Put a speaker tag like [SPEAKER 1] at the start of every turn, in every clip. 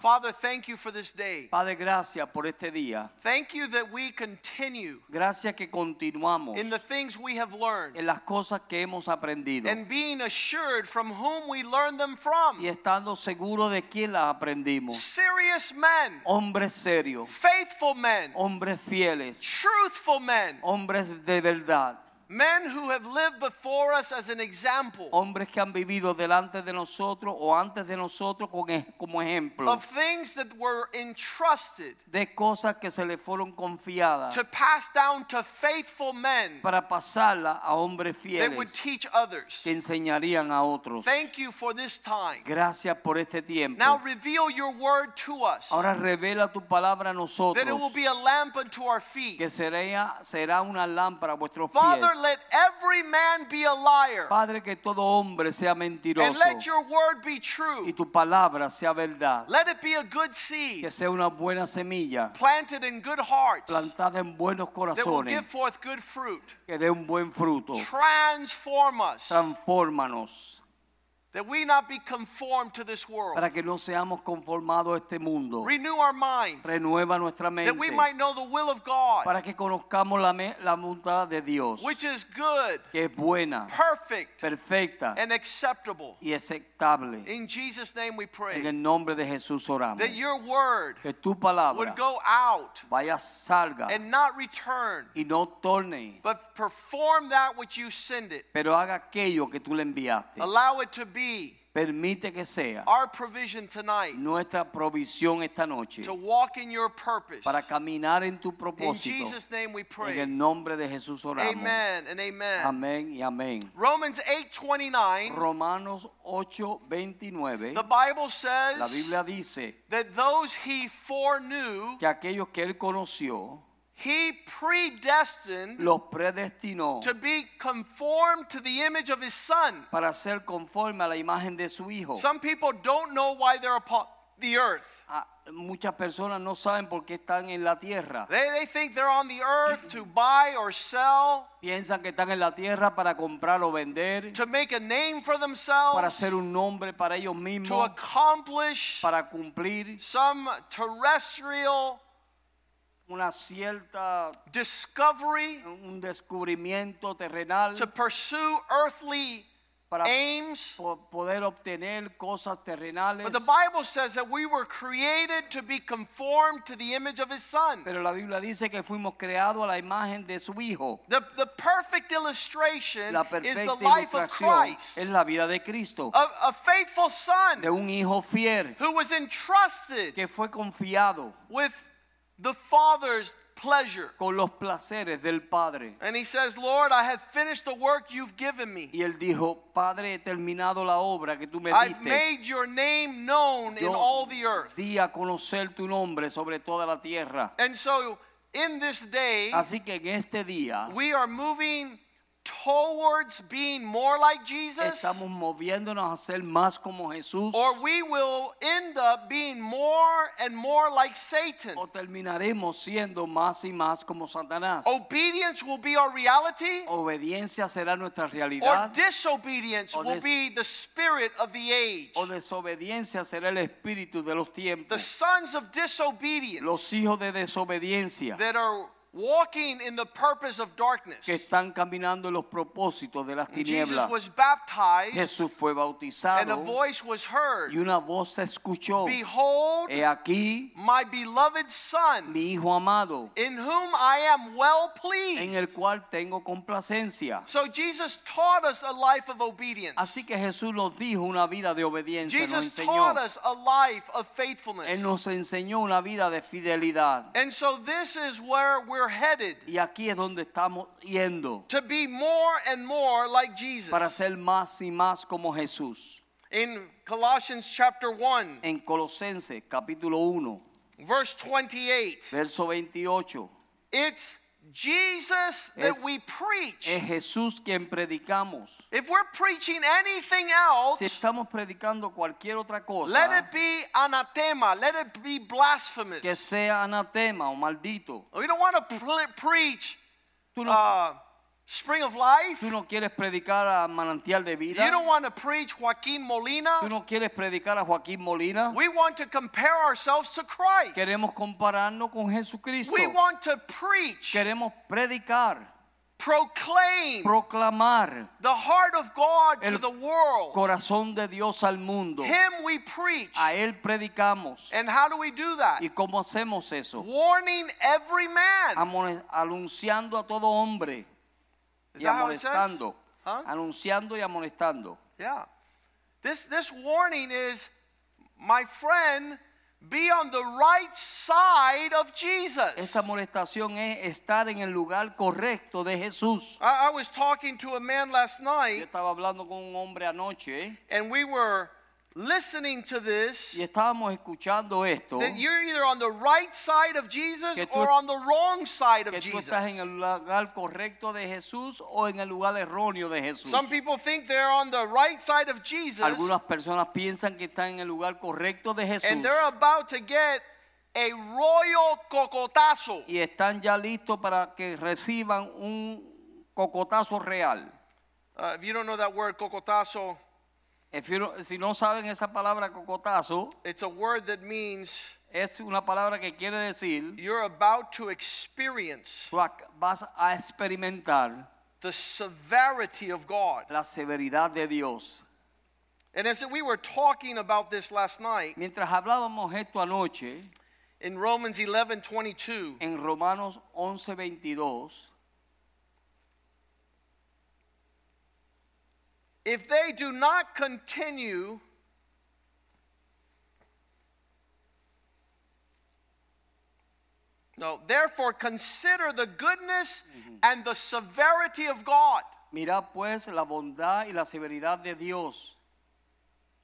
[SPEAKER 1] Father, thank you for this day.
[SPEAKER 2] Padre, gracias por este día.
[SPEAKER 1] Thank you that we continue
[SPEAKER 2] Gracias que continuamos
[SPEAKER 1] in the things we have learned
[SPEAKER 2] en las cosas que hemos aprendido
[SPEAKER 1] and being assured from whom we learned them from.
[SPEAKER 2] y estando seguro de quién las aprendimos.
[SPEAKER 1] Serious men,
[SPEAKER 2] Hombres serios,
[SPEAKER 1] faithful men,
[SPEAKER 2] hombres fieles,
[SPEAKER 1] truthful men,
[SPEAKER 2] hombres de verdad,
[SPEAKER 1] men who have lived before us as an example
[SPEAKER 2] hombres que han vivido delante de nosotros o antes de nosotros con ej- como ejemplo
[SPEAKER 1] of things that were entrusted
[SPEAKER 2] de cosas que se les fueron confiadas
[SPEAKER 1] to pass down to faithful men
[SPEAKER 2] para pasarlas a hombres
[SPEAKER 1] that would
[SPEAKER 2] fieles
[SPEAKER 1] teach others.
[SPEAKER 2] que enseñarían a otros.
[SPEAKER 1] Thank you for this time.
[SPEAKER 2] Gracias por este tiempo.
[SPEAKER 1] Now reveal your word to us.
[SPEAKER 2] Ahora revela tu palabra a
[SPEAKER 1] that it will
[SPEAKER 2] nosotros.
[SPEAKER 1] be a lamp unto our feet.
[SPEAKER 2] que será, será una lámpara a vuestros
[SPEAKER 1] Father,
[SPEAKER 2] pies.
[SPEAKER 1] let every man be a liar,
[SPEAKER 2] Padre, que todo hombre sea
[SPEAKER 1] and
[SPEAKER 2] mentiroso
[SPEAKER 1] let your word be
[SPEAKER 2] y
[SPEAKER 1] true.
[SPEAKER 2] tu palabra sea verdad.
[SPEAKER 1] Let it be a good
[SPEAKER 2] Que
[SPEAKER 1] seed
[SPEAKER 2] sea una buena semilla
[SPEAKER 1] planted in good hearts
[SPEAKER 2] plantada en buenos
[SPEAKER 1] that will give
[SPEAKER 2] corazones
[SPEAKER 1] forth good fruit.
[SPEAKER 2] que dé un buen fruto.
[SPEAKER 1] Oh. Transform us
[SPEAKER 2] Transfórmanos
[SPEAKER 1] that we not be conformed to this world.
[SPEAKER 2] para que no seamos conformados a este mundo.
[SPEAKER 1] Renew our mind
[SPEAKER 2] Renueva nuestra
[SPEAKER 1] that we
[SPEAKER 2] mente
[SPEAKER 1] might know the will of God,
[SPEAKER 2] para que conozcamos la, me- la voluntad de Dios,
[SPEAKER 1] which is good,
[SPEAKER 2] que es buena,
[SPEAKER 1] perfect,
[SPEAKER 2] perfecta
[SPEAKER 1] and acceptable.
[SPEAKER 2] y aceptable.
[SPEAKER 1] In Jesus' name we
[SPEAKER 2] En
[SPEAKER 1] pray
[SPEAKER 2] el nombre de Jesús oramos.
[SPEAKER 1] that your word
[SPEAKER 2] Que tu palabra
[SPEAKER 1] would go out
[SPEAKER 2] vaya salga
[SPEAKER 1] and not return.
[SPEAKER 2] y no torne,
[SPEAKER 1] But perform that which you send it.
[SPEAKER 2] pero haga aquello que tú le enviaste.
[SPEAKER 1] Allow it to be
[SPEAKER 2] Permite que sea
[SPEAKER 1] our provision tonight
[SPEAKER 2] nuestra provisión esta noche
[SPEAKER 1] to walk in your purpose.
[SPEAKER 2] para caminar en tu
[SPEAKER 1] In
[SPEAKER 2] propósito.
[SPEAKER 1] Jesus' name we
[SPEAKER 2] En el
[SPEAKER 1] pray.
[SPEAKER 2] nombre de Jesús oramos.
[SPEAKER 1] Amen and amen.
[SPEAKER 2] Amén y amén.
[SPEAKER 1] Romans 8:29,
[SPEAKER 2] Romanos 8:29.
[SPEAKER 1] the Bible
[SPEAKER 2] La
[SPEAKER 1] says
[SPEAKER 2] Biblia dice
[SPEAKER 1] that those he foreknew,
[SPEAKER 2] que aquellos que él conoció
[SPEAKER 1] he predestined
[SPEAKER 2] los predestinó
[SPEAKER 1] to be conformed to the image of his son.
[SPEAKER 2] para ser conforme a la imagen de su hijo.
[SPEAKER 1] Some people don't know why they're upon the earth.
[SPEAKER 2] Ah, Muchas personas no saben por qué están en la tierra.
[SPEAKER 1] They, they think they're on the earth to buy or sell.
[SPEAKER 2] Piensan que están en la tierra para comprar o vender,
[SPEAKER 1] to make a name for
[SPEAKER 2] para
[SPEAKER 1] themselves,
[SPEAKER 2] hacer un nombre para ellos
[SPEAKER 1] to
[SPEAKER 2] mismos,
[SPEAKER 1] accomplish
[SPEAKER 2] para cumplir
[SPEAKER 1] some terrestrial
[SPEAKER 2] una cierta
[SPEAKER 1] discovery,
[SPEAKER 2] un descubrimiento terrenal,
[SPEAKER 1] to pursue earthly
[SPEAKER 2] para
[SPEAKER 1] Eh. aims.
[SPEAKER 2] po- poder obtener cosas terrenales.
[SPEAKER 1] But the Bible says that we were created to be conformed to the image of His Son.
[SPEAKER 2] Pero la Biblia dice que fuimos creados a la imagen de su hijo.
[SPEAKER 1] The, the perfect illustration
[SPEAKER 2] La
[SPEAKER 1] is
[SPEAKER 2] perfecta
[SPEAKER 1] the life of
[SPEAKER 2] ilustración
[SPEAKER 1] Christ,
[SPEAKER 2] es la vida de Cristo,
[SPEAKER 1] a, a faithful Son
[SPEAKER 2] de un hijo fiel
[SPEAKER 1] who was entrusted
[SPEAKER 2] que fue confiado
[SPEAKER 1] with the Father's pleasure.
[SPEAKER 2] con los placeres del Padre.
[SPEAKER 1] And He says, Lord, I have finished the work you've given me.
[SPEAKER 2] Y él dijo, Padre, he terminado la obra que tú me
[SPEAKER 1] I've
[SPEAKER 2] diste.
[SPEAKER 1] made your name known in
[SPEAKER 2] Yo
[SPEAKER 1] all the earth.
[SPEAKER 2] di a conocer tu nombre sobre toda la tierra.
[SPEAKER 1] And so in this day,
[SPEAKER 2] Así que en este día
[SPEAKER 1] we are moving towards being more like Jesus,
[SPEAKER 2] estamos moviéndonos a ser más como Jesús
[SPEAKER 1] or we will end up being more and more like Satan.
[SPEAKER 2] o terminaremos siendo más y más como Satanás.
[SPEAKER 1] Obedience will be our reality,
[SPEAKER 2] Obediencia será nuestra
[SPEAKER 1] or
[SPEAKER 2] realidad
[SPEAKER 1] disobedience
[SPEAKER 2] O
[SPEAKER 1] will
[SPEAKER 2] des-
[SPEAKER 1] be the spirit of the age.
[SPEAKER 2] o desobediencia será el espíritu de los
[SPEAKER 1] The
[SPEAKER 2] tiempos.
[SPEAKER 1] sons of disobedience
[SPEAKER 2] Los hijos de desobediencia
[SPEAKER 1] that are walking in the purpose of darkness.
[SPEAKER 2] que están caminando en los propósitos de las
[SPEAKER 1] Jesus
[SPEAKER 2] tinieblas.
[SPEAKER 1] was baptized.
[SPEAKER 2] Jesús fue
[SPEAKER 1] And a
[SPEAKER 2] bautizado
[SPEAKER 1] voice was heard.
[SPEAKER 2] y una voz se escuchó.
[SPEAKER 1] Behold,
[SPEAKER 2] He aquí
[SPEAKER 1] my beloved son,
[SPEAKER 2] mi hijo amado,
[SPEAKER 1] in whom I am well
[SPEAKER 2] en
[SPEAKER 1] pleased.
[SPEAKER 2] el cual tengo complacencia.
[SPEAKER 1] So Jesus taught us a life of obedience.
[SPEAKER 2] Así que Jesús nos dijo una vida de obediencia, nos
[SPEAKER 1] Jesus
[SPEAKER 2] enseñó.
[SPEAKER 1] taught us a life of
[SPEAKER 2] Él
[SPEAKER 1] faithfulness.
[SPEAKER 2] nos enseñó una vida de fidelidad.
[SPEAKER 1] And so this is where we're headed
[SPEAKER 2] Y aquí es donde estamos yendo
[SPEAKER 1] to be more and more like
[SPEAKER 2] para
[SPEAKER 1] Jesus.
[SPEAKER 2] ser más y más como Jesús.
[SPEAKER 1] In Colossians chapter 1,
[SPEAKER 2] En Colosenses capítulo 1,
[SPEAKER 1] Verse 28.
[SPEAKER 2] Verso 28.
[SPEAKER 1] It's Jesus that
[SPEAKER 2] Es-
[SPEAKER 1] we
[SPEAKER 2] Es
[SPEAKER 1] preach.
[SPEAKER 2] Jesús quien predicamos.
[SPEAKER 1] If we're preaching anything
[SPEAKER 2] Si
[SPEAKER 1] else,
[SPEAKER 2] estamos predicando cualquier otra
[SPEAKER 1] let it
[SPEAKER 2] cosa eh?
[SPEAKER 1] be anathema, let it be
[SPEAKER 2] que
[SPEAKER 1] blasphemous.
[SPEAKER 2] sea anatema o maldito,
[SPEAKER 1] We don't want to preach
[SPEAKER 2] tú no,
[SPEAKER 1] uh, spring of life.
[SPEAKER 2] tú no quieres predicar a manantial de
[SPEAKER 1] You don't
[SPEAKER 2] vida,
[SPEAKER 1] want to preach Joaquin
[SPEAKER 2] tú
[SPEAKER 1] Molina.
[SPEAKER 2] no quieres predicar a Joaquín Molina.
[SPEAKER 1] We want to compare ourselves to Christ.
[SPEAKER 2] Queremos compararnos con Jesucristo.
[SPEAKER 1] We want to preach,
[SPEAKER 2] Queremos predicar,
[SPEAKER 1] proclaim
[SPEAKER 2] proclamar
[SPEAKER 1] the heart of God to
[SPEAKER 2] El
[SPEAKER 1] the world.
[SPEAKER 2] corazón de Dios al mundo.
[SPEAKER 1] Him we preach.
[SPEAKER 2] A él predicamos.
[SPEAKER 1] And how do we do that?
[SPEAKER 2] ¿Y cómo hacemos eso?
[SPEAKER 1] Warning every man.
[SPEAKER 2] Amone- anunciando a todo hombre
[SPEAKER 1] Is
[SPEAKER 2] y
[SPEAKER 1] that how it says?
[SPEAKER 2] amonestando.
[SPEAKER 1] Huh?
[SPEAKER 2] Anunciando y amonestando.
[SPEAKER 1] Yeah. This this warning is my friend be on the right side of Jesus.
[SPEAKER 2] Esta amonestación es estar en el lugar correcto de Jesús.
[SPEAKER 1] I, I was talking to a man last
[SPEAKER 2] Yo
[SPEAKER 1] night
[SPEAKER 2] estaba hablando con un hombre anoche ¿eh?
[SPEAKER 1] and we were listening to this
[SPEAKER 2] y estábamos escuchando esto.
[SPEAKER 1] that you're either on the right side of Jesus
[SPEAKER 2] Que tú-
[SPEAKER 1] or on the wrong side of
[SPEAKER 2] Que tú
[SPEAKER 1] Jesus.
[SPEAKER 2] estás en el lugar correcto de Jesús o en el lugar erróneo de Jesús.
[SPEAKER 1] Some people think they're on the right side of Jesus
[SPEAKER 2] Algunas personas piensan que están en el lugar correcto de Jesús
[SPEAKER 1] and they're about to get a royal cocotazo.
[SPEAKER 2] y están ya listos para que reciban un cocotazo real.
[SPEAKER 1] Uh, if you don't know that word, cocotazo,
[SPEAKER 2] If you don't- si no saben esa palabra cocotazo,
[SPEAKER 1] it's a word that means
[SPEAKER 2] es una palabra que quiere decir
[SPEAKER 1] you're about to experience
[SPEAKER 2] tú ac- vas a experimentar
[SPEAKER 1] the severity of God.
[SPEAKER 2] la severidad de Dios.
[SPEAKER 1] And as we were talking about this last night,
[SPEAKER 2] Mientras hablábamos esto anoche
[SPEAKER 1] in Romans 11 22,
[SPEAKER 2] en Romanos 11:22,
[SPEAKER 1] if they do not continue no therefore consider the goodness and the severity of god
[SPEAKER 2] mirad pues la bondad y la severidad de Dios,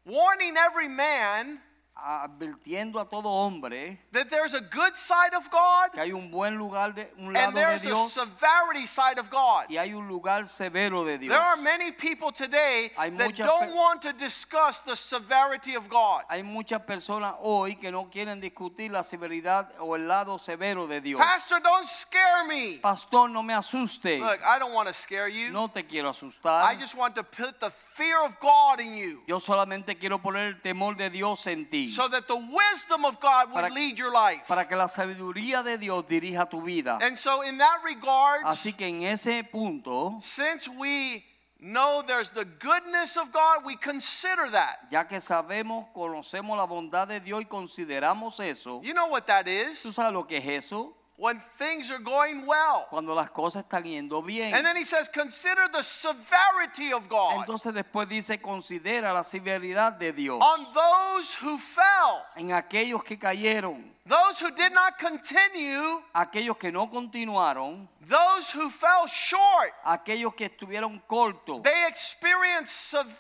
[SPEAKER 1] warning every man
[SPEAKER 2] advirtiendo a todo hombre
[SPEAKER 1] that there's a good side of god
[SPEAKER 2] que hay un buen lugar de un lado
[SPEAKER 1] and
[SPEAKER 2] de
[SPEAKER 1] there's a
[SPEAKER 2] Dios
[SPEAKER 1] severity side of god
[SPEAKER 2] y hay un lugar severo de Dios.
[SPEAKER 1] there are many people today
[SPEAKER 2] Hay
[SPEAKER 1] that
[SPEAKER 2] muchas
[SPEAKER 1] don't
[SPEAKER 2] pe-
[SPEAKER 1] want to discuss the severity of god
[SPEAKER 2] Hay muchas personas hoy que no quieren discutir la severidad o el lado severo de Dios.
[SPEAKER 1] pastor don't scare me
[SPEAKER 2] Pastor, no me asuste.
[SPEAKER 1] look i don't want to scare you
[SPEAKER 2] No te quiero
[SPEAKER 1] I
[SPEAKER 2] asustar.
[SPEAKER 1] just want to put the fear of God in you
[SPEAKER 2] Yo solamente quiero poner el temor de Dios en ti
[SPEAKER 1] so that the wisdom of God would
[SPEAKER 2] Para-
[SPEAKER 1] lead your life.
[SPEAKER 2] para que la sabiduría de Dios dirija tu vida.
[SPEAKER 1] And so, in that regard,
[SPEAKER 2] Así que en ese punto,
[SPEAKER 1] since we know there's the goodness of God, we consider that.
[SPEAKER 2] ya que sabemos, conocemos la bondad de Dios y consideramos eso,
[SPEAKER 1] You know what that
[SPEAKER 2] tú
[SPEAKER 1] is?
[SPEAKER 2] sabes lo que es eso,
[SPEAKER 1] When things are going well.
[SPEAKER 2] cuando las cosas están yendo bien.
[SPEAKER 1] And then he says, consider the severity of God
[SPEAKER 2] Entonces después dice, considera la severidad de Dios
[SPEAKER 1] on those who fell,
[SPEAKER 2] en aquellos que cayeron,
[SPEAKER 1] those who did not continue,
[SPEAKER 2] aquellos que no continuaron,
[SPEAKER 1] those who fell short.
[SPEAKER 2] aquellos que estuvieron cortos,
[SPEAKER 1] They experienced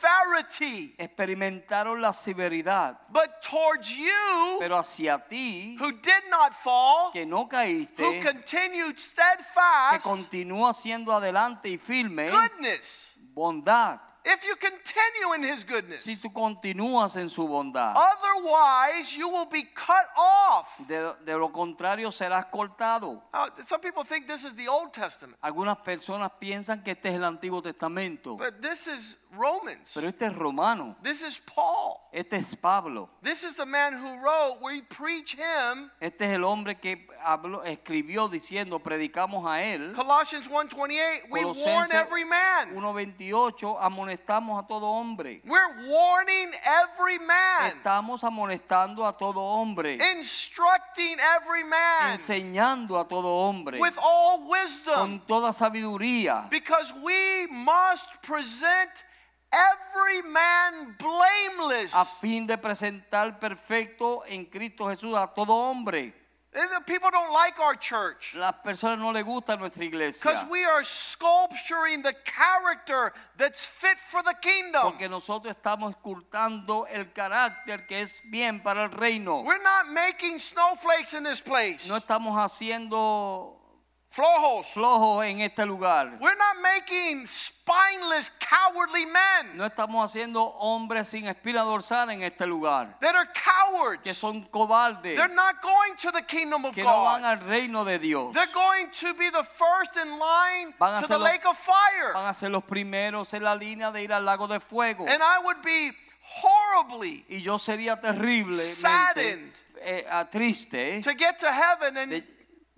[SPEAKER 1] severity.
[SPEAKER 2] experimentaron la severidad.
[SPEAKER 1] But towards you,
[SPEAKER 2] Pero hacia ti,
[SPEAKER 1] who did not fall,
[SPEAKER 2] que no
[SPEAKER 1] who
[SPEAKER 2] caíste, que
[SPEAKER 1] continued steadfast,
[SPEAKER 2] continúa siendo adelante y firme,
[SPEAKER 1] goodness.
[SPEAKER 2] bondad,
[SPEAKER 1] If you continue in his goodness,
[SPEAKER 2] si tú continúas en su bondad.
[SPEAKER 1] otherwise you will be cut off.
[SPEAKER 2] De, de lo contrario serás cortado.
[SPEAKER 1] Now, some people think this is the Old Testament,
[SPEAKER 2] Algunas personas piensan que este es el Antiguo Testamento,
[SPEAKER 1] but this is Romans.
[SPEAKER 2] pero este es romano,
[SPEAKER 1] This is Paul.
[SPEAKER 2] este es Pablo,
[SPEAKER 1] This is the man who wrote, we preach him.
[SPEAKER 2] este es el hombre que habló, escribió diciendo, predicamos a él.
[SPEAKER 1] Colossians 1:28, we warn
[SPEAKER 2] Colosenses
[SPEAKER 1] every man.
[SPEAKER 2] 1.28, amonestamos a todo hombre.
[SPEAKER 1] We're warning every man,
[SPEAKER 2] Estamos amonestando a todo hombre,
[SPEAKER 1] instructing every man
[SPEAKER 2] enseñando a todo hombre
[SPEAKER 1] with all wisdom.
[SPEAKER 2] con toda sabiduría,
[SPEAKER 1] Because we must present every man blameless.
[SPEAKER 2] a fin de presentar perfecto en Cristo Jesús a todo hombre.
[SPEAKER 1] The people don't like our church
[SPEAKER 2] Las personas no les gusta nuestra
[SPEAKER 1] because
[SPEAKER 2] iglesia
[SPEAKER 1] we are sculpturing the character that's fit for the kingdom.
[SPEAKER 2] porque nosotros estamos ocultando el carácter que es bien para el reino.
[SPEAKER 1] We're not making snowflakes in this place.
[SPEAKER 2] No estamos haciendo
[SPEAKER 1] Flojos.
[SPEAKER 2] flojos en este lugar.
[SPEAKER 1] We're not making spineless, cowardly men
[SPEAKER 2] No estamos haciendo hombres sin espina dorsal en este lugar.
[SPEAKER 1] that are
[SPEAKER 2] Que
[SPEAKER 1] cowards.
[SPEAKER 2] son cobardes.
[SPEAKER 1] They're not going to the kingdom of
[SPEAKER 2] Que no van
[SPEAKER 1] God.
[SPEAKER 2] al reino de Dios.
[SPEAKER 1] They're going to be the first in line
[SPEAKER 2] Van a
[SPEAKER 1] to
[SPEAKER 2] ser
[SPEAKER 1] the
[SPEAKER 2] los-
[SPEAKER 1] lake of fire.
[SPEAKER 2] Van a ser los primeros en la línea de ir al lago de fuego.
[SPEAKER 1] And I would be horribly
[SPEAKER 2] Y yo sería terrible. eh,
[SPEAKER 1] Saddened.
[SPEAKER 2] triste
[SPEAKER 1] to get to heaven and
[SPEAKER 2] de-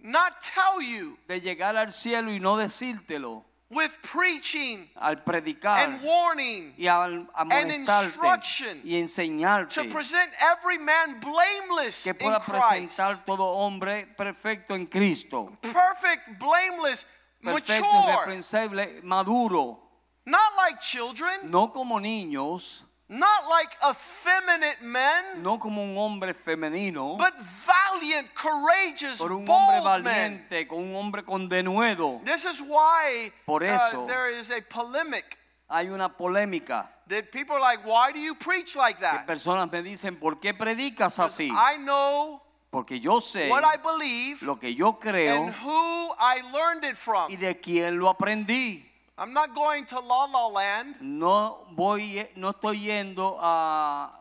[SPEAKER 1] not tell you
[SPEAKER 2] de llegar al cielo y no decírtelo.
[SPEAKER 1] with preaching
[SPEAKER 2] Al predicar.
[SPEAKER 1] and warning
[SPEAKER 2] y al amonestarte
[SPEAKER 1] instruction
[SPEAKER 2] y
[SPEAKER 1] to
[SPEAKER 2] enseñarte
[SPEAKER 1] present every man blameless
[SPEAKER 2] que
[SPEAKER 1] in
[SPEAKER 2] pueda
[SPEAKER 1] Christ.
[SPEAKER 2] presentar todo hombre perfecto en Cristo,
[SPEAKER 1] Perfect, blameless,
[SPEAKER 2] perfecto,
[SPEAKER 1] mature.
[SPEAKER 2] irreprensible, maduro,
[SPEAKER 1] Not like children,
[SPEAKER 2] no como niños,
[SPEAKER 1] not like effeminate men,
[SPEAKER 2] no como un hombre femenino,
[SPEAKER 1] but valiant, courageous,
[SPEAKER 2] por un hombre
[SPEAKER 1] bold men.
[SPEAKER 2] valiente, con un hombre con denuedo.
[SPEAKER 1] This is why
[SPEAKER 2] Por
[SPEAKER 1] uh,
[SPEAKER 2] eso-
[SPEAKER 1] there is a polemic
[SPEAKER 2] Hay una polémica.
[SPEAKER 1] that people are like, why do you preach like
[SPEAKER 2] Que
[SPEAKER 1] that?
[SPEAKER 2] personas me dicen, ¿por qué predicas así?
[SPEAKER 1] I know
[SPEAKER 2] Porque yo sé
[SPEAKER 1] what I believe
[SPEAKER 2] lo que yo creo
[SPEAKER 1] and who I learned it
[SPEAKER 2] y
[SPEAKER 1] from.
[SPEAKER 2] de quién lo aprendí.
[SPEAKER 1] I'm not going to La La Land,
[SPEAKER 2] No voy, no estoy yendo a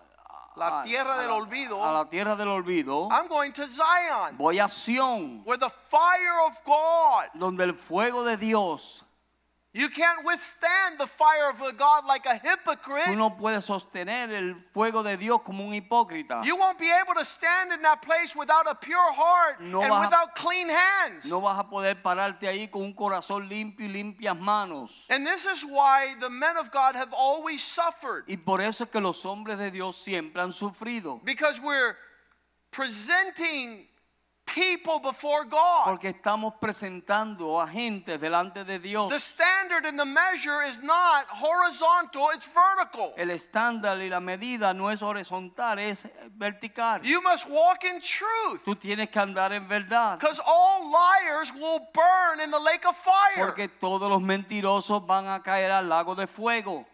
[SPEAKER 1] la
[SPEAKER 2] a-
[SPEAKER 1] tierra
[SPEAKER 2] a
[SPEAKER 1] del
[SPEAKER 2] la-
[SPEAKER 1] olvido. Ah.
[SPEAKER 2] A la tierra del olvido.
[SPEAKER 1] I'm going to Zion,
[SPEAKER 2] Voy a Sion,
[SPEAKER 1] where the fire of God,
[SPEAKER 2] donde el fuego de Dios.
[SPEAKER 1] you can't withstand the fire of a God like a
[SPEAKER 2] Tú
[SPEAKER 1] hypocrite.
[SPEAKER 2] no puedes sostener el fuego de Dios como un hipócrita.
[SPEAKER 1] You won't be able to stand in that place without a pure heart
[SPEAKER 2] No
[SPEAKER 1] and
[SPEAKER 2] vas a-
[SPEAKER 1] without clean hands.
[SPEAKER 2] No vas a poder pararte ahí con un corazón limpio y limpias manos.
[SPEAKER 1] And this is why the men of God have always suffered
[SPEAKER 2] Y por eso es que los hombres de Dios siempre han sufrido.
[SPEAKER 1] because we're presenting people before God.
[SPEAKER 2] Porque estamos presentando a gente delante de Dios.
[SPEAKER 1] The standard and the measure is not horizontal, it's vertical.
[SPEAKER 2] El estándar y la medida no es horizontal, es vertical.
[SPEAKER 1] You must walk in truth
[SPEAKER 2] Tú tienes que andar en verdad.
[SPEAKER 1] because all liars will burn in the lake of fire.
[SPEAKER 2] Porque todos los mentirosos van a caer al lago de fuego.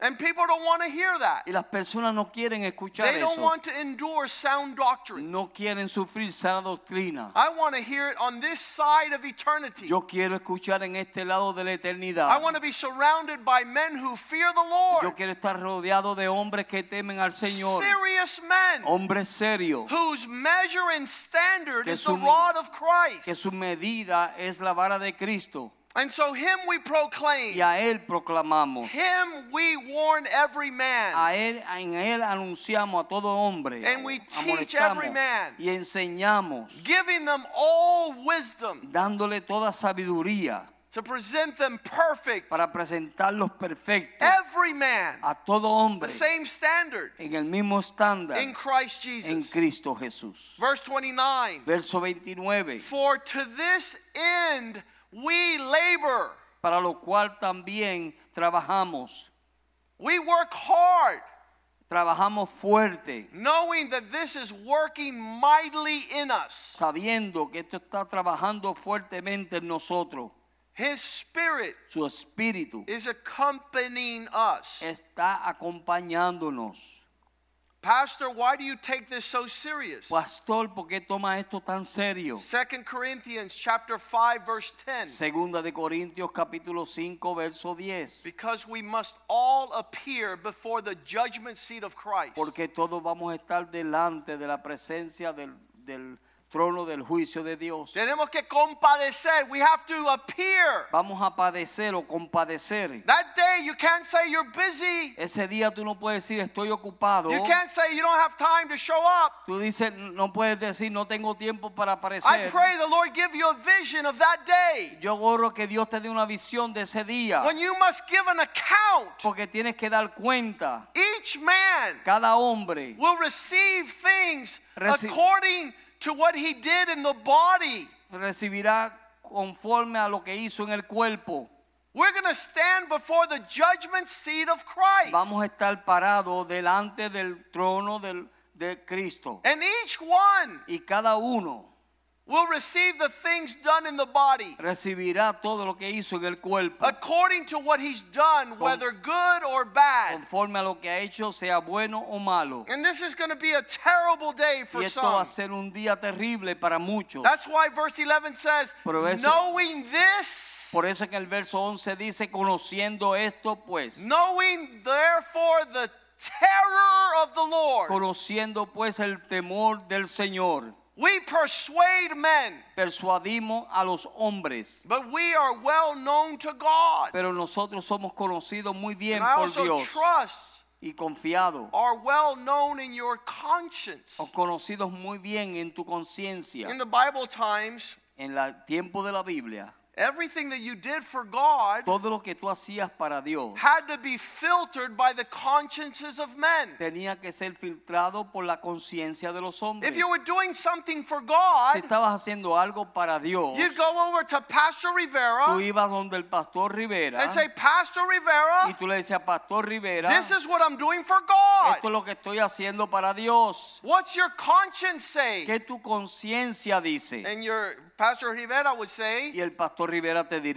[SPEAKER 1] And people don't want to hear that.
[SPEAKER 2] Y las personas no quieren escuchar
[SPEAKER 1] They don't
[SPEAKER 2] eso.
[SPEAKER 1] want to endure sound doctrine.
[SPEAKER 2] No quieren sufrir sana doctrina.
[SPEAKER 1] I want to hear it on this side of eternity.
[SPEAKER 2] Yo quiero escuchar en este lado de la eternidad.
[SPEAKER 1] I want to be surrounded by men who fear the Lord,
[SPEAKER 2] Yo quiero estar rodeado de hombres que temen al Señor. Oh.
[SPEAKER 1] serious men
[SPEAKER 2] Hombres serios.
[SPEAKER 1] whose measure and standard
[SPEAKER 2] Que
[SPEAKER 1] is the
[SPEAKER 2] su-
[SPEAKER 1] rod of
[SPEAKER 2] Que
[SPEAKER 1] Christ.
[SPEAKER 2] su medida es la vara de Cristo.
[SPEAKER 1] And so, Him we
[SPEAKER 2] Y
[SPEAKER 1] proclaim,
[SPEAKER 2] a Él proclamamos.
[SPEAKER 1] Him we warn every man.
[SPEAKER 2] A él, en Él anunciamos a todo hombre.
[SPEAKER 1] And we teach
[SPEAKER 2] amonestamos
[SPEAKER 1] every man.
[SPEAKER 2] Y enseñamos.
[SPEAKER 1] giving them all wisdom
[SPEAKER 2] Dándole toda sabiduría.
[SPEAKER 1] to present them perfect.
[SPEAKER 2] para presentarlos perfectos
[SPEAKER 1] Every man,
[SPEAKER 2] a todo hombre
[SPEAKER 1] the same standard
[SPEAKER 2] en el mismo estándar
[SPEAKER 1] in Christ
[SPEAKER 2] en
[SPEAKER 1] Jesus.
[SPEAKER 2] Cristo Jesús.
[SPEAKER 1] Verse 29
[SPEAKER 2] Verso 29,
[SPEAKER 1] For to this end we labor,
[SPEAKER 2] para lo cual también trabajamos,
[SPEAKER 1] we work hard,
[SPEAKER 2] trabajamos fuerte,
[SPEAKER 1] knowing that this is working mightily in us.
[SPEAKER 2] sabiendo que esto está trabajando fuertemente en nosotros.
[SPEAKER 1] His Spirit
[SPEAKER 2] Su espíritu
[SPEAKER 1] is accompanying us.
[SPEAKER 2] está acompañándonos.
[SPEAKER 1] Pastor, why do you take this so serious?
[SPEAKER 2] Pastor, ¿por qué toma esto tan serio?
[SPEAKER 1] 2 Corinthians chapter 5 verse 10.
[SPEAKER 2] Segunda de Corintios capítulo 5 verso 10.
[SPEAKER 1] Because we must all appear before the judgment seat of Christ.
[SPEAKER 2] Porque todos vamos a estar delante de la presencia del, del trono del juicio de Dios.
[SPEAKER 1] Tenemos que compadecer. We have to appear.
[SPEAKER 2] Vamos a padecer o compadecer.
[SPEAKER 1] That day you can't say you're busy.
[SPEAKER 2] Ese día tú no puedes decir estoy ocupado.
[SPEAKER 1] You can't say you don't have time to show up.
[SPEAKER 2] Tú dices no puedes decir no tengo tiempo
[SPEAKER 1] I
[SPEAKER 2] para aparecer.
[SPEAKER 1] pray the Lord give you a vision of that day
[SPEAKER 2] Yo oro que Dios te dé una visión de ese día,
[SPEAKER 1] when you must give an account.
[SPEAKER 2] porque tienes que dar cuenta.
[SPEAKER 1] Each man
[SPEAKER 2] Cada hombre
[SPEAKER 1] will receive things
[SPEAKER 2] Reci-
[SPEAKER 1] according to what he did in the body.
[SPEAKER 2] recibirá conforme a lo que hizo en el cuerpo.
[SPEAKER 1] We're going to stand before the judgment seat of Christ.
[SPEAKER 2] Vamos a estar parados delante del trono del- de Cristo.
[SPEAKER 1] And each one
[SPEAKER 2] Y cada uno
[SPEAKER 1] will receive the things done in the body
[SPEAKER 2] recibirá todo lo que hizo en el cuerpo,
[SPEAKER 1] according to what he's done, whether good or bad.
[SPEAKER 2] conforme a lo que ha hecho, sea bueno o malo.
[SPEAKER 1] And this is going to be a terrible day for
[SPEAKER 2] Y esto va
[SPEAKER 1] some.
[SPEAKER 2] a ser un día terrible para muchos.
[SPEAKER 1] That's why verse 11 says,
[SPEAKER 2] Pero eso-
[SPEAKER 1] knowing this,
[SPEAKER 2] Por eso en el verso 11 dice, conociendo esto pues,
[SPEAKER 1] knowing therefore the terror of the Lord,
[SPEAKER 2] conociendo pues el temor del Señor,
[SPEAKER 1] we persuade men,
[SPEAKER 2] persuadimos a los hombres,
[SPEAKER 1] but we are well known to God.
[SPEAKER 2] pero nosotros somos conocidos muy bien
[SPEAKER 1] And I
[SPEAKER 2] por
[SPEAKER 1] also
[SPEAKER 2] Dios
[SPEAKER 1] trust
[SPEAKER 2] y confiados,
[SPEAKER 1] are well known in your conscience.
[SPEAKER 2] o conocidos muy bien en tu conciencia.
[SPEAKER 1] In the Bible times,
[SPEAKER 2] En el tiempo de la Biblia,
[SPEAKER 1] everything that you did for God
[SPEAKER 2] todo lo que tú hacías para Dios
[SPEAKER 1] had to be filtered by the consciences of men.
[SPEAKER 2] tenía que ser filtrado por la conciencia de los hombres.
[SPEAKER 1] If you
[SPEAKER 2] Si
[SPEAKER 1] were doing something for God,
[SPEAKER 2] estabas haciendo algo para Dios,
[SPEAKER 1] you'd go over to Pastor
[SPEAKER 2] tú
[SPEAKER 1] Rivera
[SPEAKER 2] ibas donde el pastor Rivera
[SPEAKER 1] and say, Pastor
[SPEAKER 2] y
[SPEAKER 1] Rivera,
[SPEAKER 2] tú le decías, Pastor Rivera,
[SPEAKER 1] this
[SPEAKER 2] esto
[SPEAKER 1] is what I'm doing for God.
[SPEAKER 2] es lo que estoy haciendo para Dios.
[SPEAKER 1] What's your conscience say?
[SPEAKER 2] ¿Qué tu conciencia dice?
[SPEAKER 1] And your Pastor Rivera would say,
[SPEAKER 2] Y el pastor Rivera te
[SPEAKER 1] You're a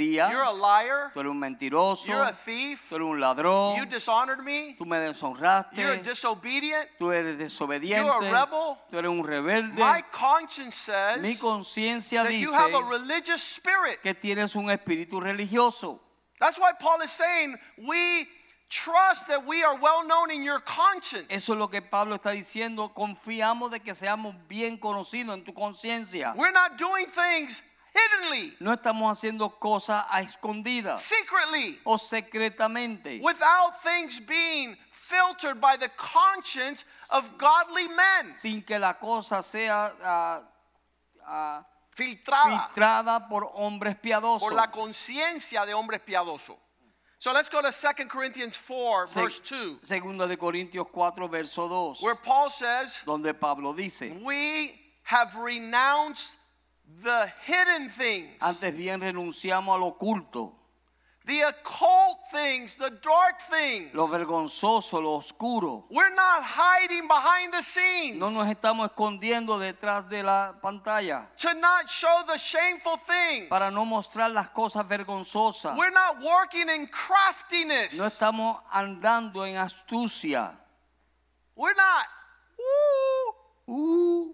[SPEAKER 2] diría,
[SPEAKER 1] liar.
[SPEAKER 2] tú eres un mentiroso,
[SPEAKER 1] You're a thief.
[SPEAKER 2] tú eres un
[SPEAKER 1] You
[SPEAKER 2] ladrón,
[SPEAKER 1] dishonored me.
[SPEAKER 2] tú me
[SPEAKER 1] You're
[SPEAKER 2] deshonraste,
[SPEAKER 1] disobedient.
[SPEAKER 2] tú eres desobediente,
[SPEAKER 1] You're a rebel.
[SPEAKER 2] tú eres un rebelde.
[SPEAKER 1] My conscience
[SPEAKER 2] Mi
[SPEAKER 1] says
[SPEAKER 2] conciencia
[SPEAKER 1] that you
[SPEAKER 2] dice
[SPEAKER 1] have a religious spirit.
[SPEAKER 2] que tienes un espíritu religioso.
[SPEAKER 1] That's why Paul is saying we trust that we are well known in your conscience.
[SPEAKER 2] Eso es lo que Pablo está diciendo. Confiamos de que seamos bien conocidos en tu conciencia.
[SPEAKER 1] We're not doing things hiddenly,
[SPEAKER 2] No estamos haciendo cosas a escondidas
[SPEAKER 1] secretly,
[SPEAKER 2] o secretamente,
[SPEAKER 1] without things being filtered by the conscience of godly men.
[SPEAKER 2] sin que la cosa sea ah, ah,
[SPEAKER 1] Filtrada
[SPEAKER 2] filtrada por hombres piadosos.
[SPEAKER 1] por la conciencia de hombres piadosos. So let's go to 2 Corinthians 4,
[SPEAKER 2] Se-
[SPEAKER 1] verse 2,
[SPEAKER 2] Segunda de Corintios 4, verso 2,
[SPEAKER 1] where Paul says,
[SPEAKER 2] donde Pablo dice,
[SPEAKER 1] We have renounced the hidden things,
[SPEAKER 2] antes bien renunciamos al oculto,
[SPEAKER 1] the occult things, the dark things.
[SPEAKER 2] lo vergonzoso, lo oscuro.
[SPEAKER 1] We're not hiding behind the scenes
[SPEAKER 2] No nos estamos escondiendo detrás de la pantalla.
[SPEAKER 1] to not show the shameful things.
[SPEAKER 2] para no mostrar las cosas vergonzosas.
[SPEAKER 1] We're not working in craftiness.
[SPEAKER 2] No estamos andando en astucia.
[SPEAKER 1] We're not. Woo!
[SPEAKER 2] Uh,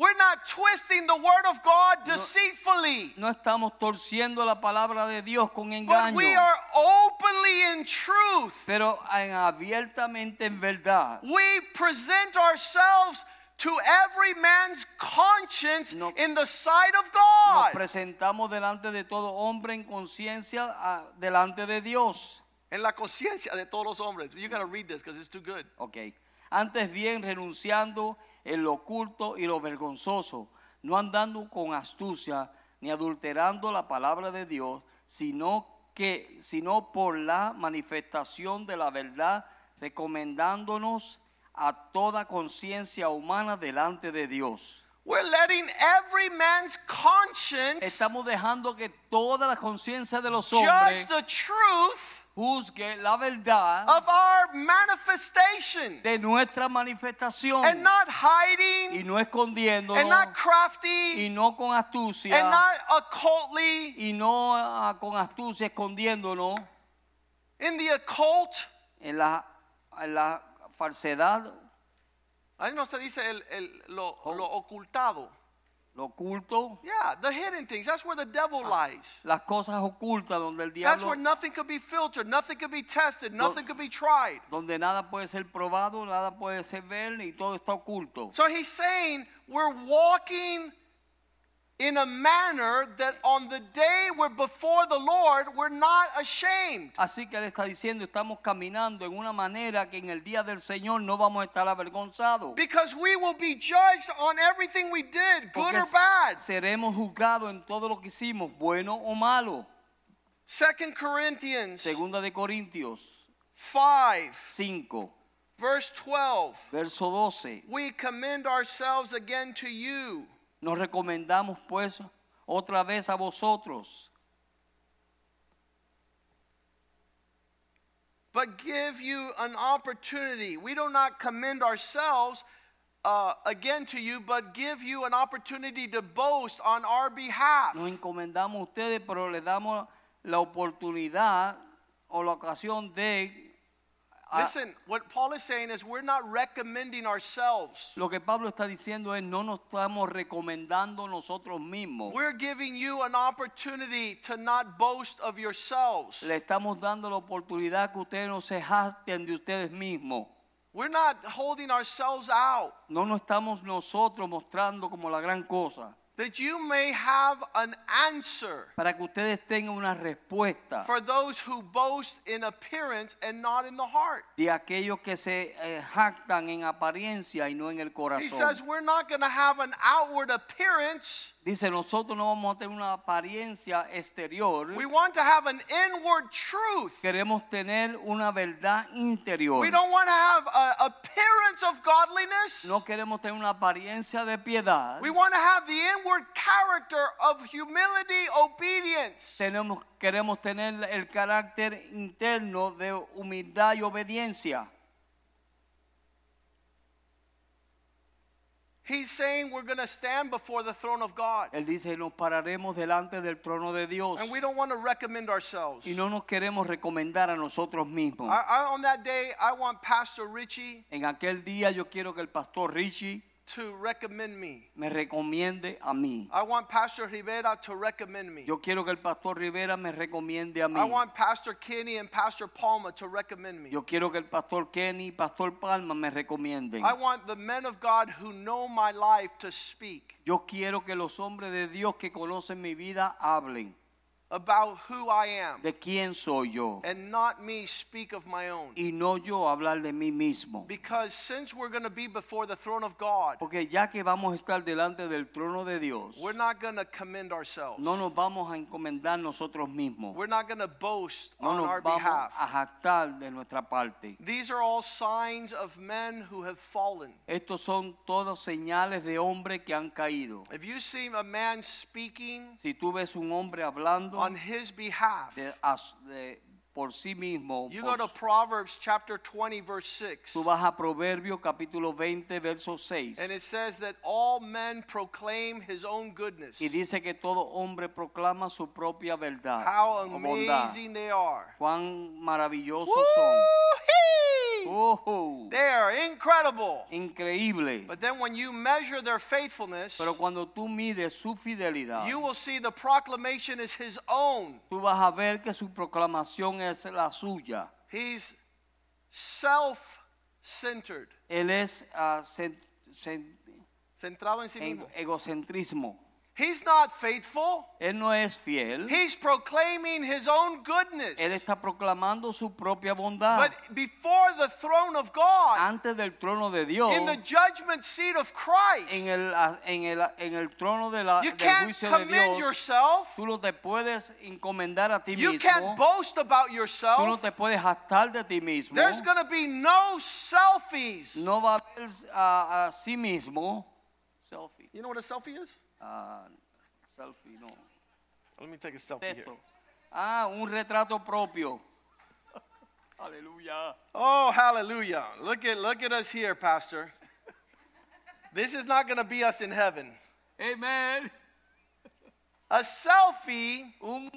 [SPEAKER 1] We're not twisting the word of God deceitfully.
[SPEAKER 2] no estamos torciendo la palabra de Dios con
[SPEAKER 1] But
[SPEAKER 2] engaño.
[SPEAKER 1] we are openly in truth.
[SPEAKER 2] Pero en- abiertamente en verdad.
[SPEAKER 1] We present ourselves to every man's conscience
[SPEAKER 2] No-
[SPEAKER 1] in the sight of
[SPEAKER 2] Nos
[SPEAKER 1] God.
[SPEAKER 2] presentamos delante de todo hombre en conciencia, ah, delante de Dios.
[SPEAKER 1] en la conciencia de todos los hombres. You got to read this because it's too good.
[SPEAKER 2] Ok. Antes bien renunciando en lo oculto y lo vergonzoso, no andando con astucia ni adulterando la palabra de Dios, sino que sino por la manifestación de la verdad, recomendándonos a toda conciencia humana delante de Dios.
[SPEAKER 1] We're letting every man's conscience
[SPEAKER 2] Estamos dejando que toda la conciencia de los
[SPEAKER 1] judge
[SPEAKER 2] hombres
[SPEAKER 1] the Oh. truth
[SPEAKER 2] juzgue la verdad
[SPEAKER 1] of our manifestation
[SPEAKER 2] de nuestra manifestación
[SPEAKER 1] and not
[SPEAKER 2] y
[SPEAKER 1] hiding
[SPEAKER 2] no escondiéndonos
[SPEAKER 1] and not
[SPEAKER 2] y
[SPEAKER 1] crafty
[SPEAKER 2] no con astucia
[SPEAKER 1] and not occultly
[SPEAKER 2] y no ah, con astucia escondiéndonos
[SPEAKER 1] in the occult.
[SPEAKER 2] en la, en la falsedad,
[SPEAKER 1] Ahí no se dice el, el- lo, lo ocultado.
[SPEAKER 2] lo oculto,
[SPEAKER 1] Yeah, the hidden things. That's where the devil lies.
[SPEAKER 2] las cosas ocultas donde el
[SPEAKER 1] That's where
[SPEAKER 2] diablo,
[SPEAKER 1] nothing could be filtered, nothing could be tested, nothing could be tried.
[SPEAKER 2] donde nada puede ser probado, nada puede ser ver y todo está oculto.
[SPEAKER 1] So he's saying we're walking in a manner that on the day we're before the Lord, we're not ashamed.
[SPEAKER 2] Así que él está diciendo, estamos caminando en una manera que en el día del Señor no vamos a estar avergonzados.
[SPEAKER 1] Because we will be judged on everything we did, good
[SPEAKER 2] Porque
[SPEAKER 1] or bad.
[SPEAKER 2] seremos juzgados en todo lo que hicimos, bueno o malo.
[SPEAKER 1] Second Corinthians
[SPEAKER 2] Segunda de Corintios
[SPEAKER 1] 5,
[SPEAKER 2] 5,
[SPEAKER 1] verse 12.
[SPEAKER 2] verso 12.
[SPEAKER 1] We commend ourselves again to you.
[SPEAKER 2] Nos recomendamos pues otra vez a vosotros,
[SPEAKER 1] but give you an opportunity. We do not commend ourselves uh, again to you, but give you an opportunity to boast on our behalf.
[SPEAKER 2] Nos encomendamos a ustedes, pero les damos la oportunidad o la ocasión de... a-
[SPEAKER 1] Listen, what Paul is saying is we're not recommending ourselves.
[SPEAKER 2] lo que Pablo está diciendo es no nos estamos recomendando nosotros mismos.
[SPEAKER 1] We're giving you an opportunity to not boast of yourselves.
[SPEAKER 2] Le estamos dando la oportunidad que ustedes no se jacten de ustedes mismos.
[SPEAKER 1] We're not holding ourselves out.
[SPEAKER 2] No nos estamos nosotros mostrando como la gran cosa.
[SPEAKER 1] That you may have an answer
[SPEAKER 2] Para que ustedes tengan una respuesta
[SPEAKER 1] for those who boast in appearance and not in the heart.
[SPEAKER 2] de aquellos que se eh, jactan en apariencia y no en el
[SPEAKER 1] He
[SPEAKER 2] corazón.
[SPEAKER 1] says we're not going to have an outward appearance.
[SPEAKER 2] Dice, nosotros no vamos a tener una apariencia exterior.
[SPEAKER 1] We want to have an inward truth.
[SPEAKER 2] Queremos tener una verdad interior.
[SPEAKER 1] We don't want to have an appearance of godliness.
[SPEAKER 2] No queremos tener una apariencia de piedad.
[SPEAKER 1] We want to have the inward character of humility, obedience.
[SPEAKER 2] Tenemos, queremos tener el carácter interno de humildad y obediencia.
[SPEAKER 1] He's saying we're going to stand before the throne of God.
[SPEAKER 2] Él dice, nos pararemos delante del trono de Dios.
[SPEAKER 1] And we don't want to recommend ourselves.
[SPEAKER 2] Y no nos queremos recomendar a nosotros mismos.
[SPEAKER 1] I, I, on that day, I want Pastor Richie
[SPEAKER 2] En aquel día yo quiero que el pastor Richie
[SPEAKER 1] to recommend me.
[SPEAKER 2] me recomiende a mí.
[SPEAKER 1] I want Pastor Rivera to recommend me.
[SPEAKER 2] Yo quiero que el pastor Rivera me recomiende a mí.
[SPEAKER 1] I want Pastor Kenny and Pastor Palma to recommend me.
[SPEAKER 2] Yo quiero que el pastor Kenny y pastor Palma me recomienden.
[SPEAKER 1] I want the men of God who know my life to speak
[SPEAKER 2] Yo quiero que los hombres de Dios que conocen mi vida hablen
[SPEAKER 1] about who I am
[SPEAKER 2] de quién soy yo
[SPEAKER 1] and not me speak of my own.
[SPEAKER 2] y no yo hablar de mí mismo.
[SPEAKER 1] Because since we're going to be before the throne of God,
[SPEAKER 2] Porque ya que vamos a estar delante del trono de Dios,
[SPEAKER 1] we're not going to commend ourselves.
[SPEAKER 2] no nos vamos a encomendar nosotros mismos.
[SPEAKER 1] We're not going to boast
[SPEAKER 2] No
[SPEAKER 1] on our
[SPEAKER 2] nos vamos a
[SPEAKER 1] behalf.
[SPEAKER 2] jactar de nuestra parte.
[SPEAKER 1] These are all signs of men who have fallen.
[SPEAKER 2] Estos son todos señales de hombres que han caído.
[SPEAKER 1] If you see a man speaking
[SPEAKER 2] Si tú ves un hombre hablando
[SPEAKER 1] on his behalf,
[SPEAKER 2] de- as- de- por sí mismo,
[SPEAKER 1] you go
[SPEAKER 2] por
[SPEAKER 1] to
[SPEAKER 2] su-
[SPEAKER 1] Proverbs chapter 20, verse 6,
[SPEAKER 2] tú vas a Proverbio capítulo 20, verso
[SPEAKER 1] and
[SPEAKER 2] 6.
[SPEAKER 1] it says that all men proclaim his own goodness.
[SPEAKER 2] Y dice que todo hombre proclama su propia verdad.
[SPEAKER 1] How
[SPEAKER 2] o bondad.
[SPEAKER 1] amazing they are.
[SPEAKER 2] Cuán maravillosos son.
[SPEAKER 1] Woo-hee!
[SPEAKER 2] ¡Ujú!
[SPEAKER 1] They are incredible.
[SPEAKER 2] Increíble.
[SPEAKER 1] But then when you measure their faithfulness,
[SPEAKER 2] Pero cuando tú mides su fidelidad,
[SPEAKER 1] you will see the proclamation is his own.
[SPEAKER 2] tú vas a ver que su proclamación es la suya.
[SPEAKER 1] He's self centered.
[SPEAKER 2] Él es ah, cen- cen-
[SPEAKER 1] Centrado en sí
[SPEAKER 2] en-
[SPEAKER 1] mismo.
[SPEAKER 2] egocentrismo.
[SPEAKER 1] He's not faithful.
[SPEAKER 2] Él no es fiel.
[SPEAKER 1] He's proclaiming his own goodness.
[SPEAKER 2] Él está proclamando su propia bondad
[SPEAKER 1] But before the throne of God,
[SPEAKER 2] antes del trono de Dios,
[SPEAKER 1] in the judgment seat of Christ,
[SPEAKER 2] en el, ah, en el, en el trono de la,
[SPEAKER 1] you
[SPEAKER 2] del
[SPEAKER 1] can't
[SPEAKER 2] juicio de
[SPEAKER 1] commend
[SPEAKER 2] Dios.
[SPEAKER 1] yourself.
[SPEAKER 2] Tú no te puedes encomendar a ti
[SPEAKER 1] You
[SPEAKER 2] mismo.
[SPEAKER 1] can't boast about
[SPEAKER 2] Tú no
[SPEAKER 1] yourself.
[SPEAKER 2] te puedes jactar de ti mismo.
[SPEAKER 1] There's going to be no selfies.
[SPEAKER 2] No va a haber a, a sí mismo. Selfie.
[SPEAKER 1] You know what a selfie is?
[SPEAKER 2] ah, selfie, no.
[SPEAKER 1] Let me take a selfie here.
[SPEAKER 2] Texto. Ah, un retrato propio. Aleluya.
[SPEAKER 1] Oh, hallelujah. Look at look at us here, pastor. This is not going to be us in heaven.
[SPEAKER 2] Amen.
[SPEAKER 1] A selfie
[SPEAKER 2] Un-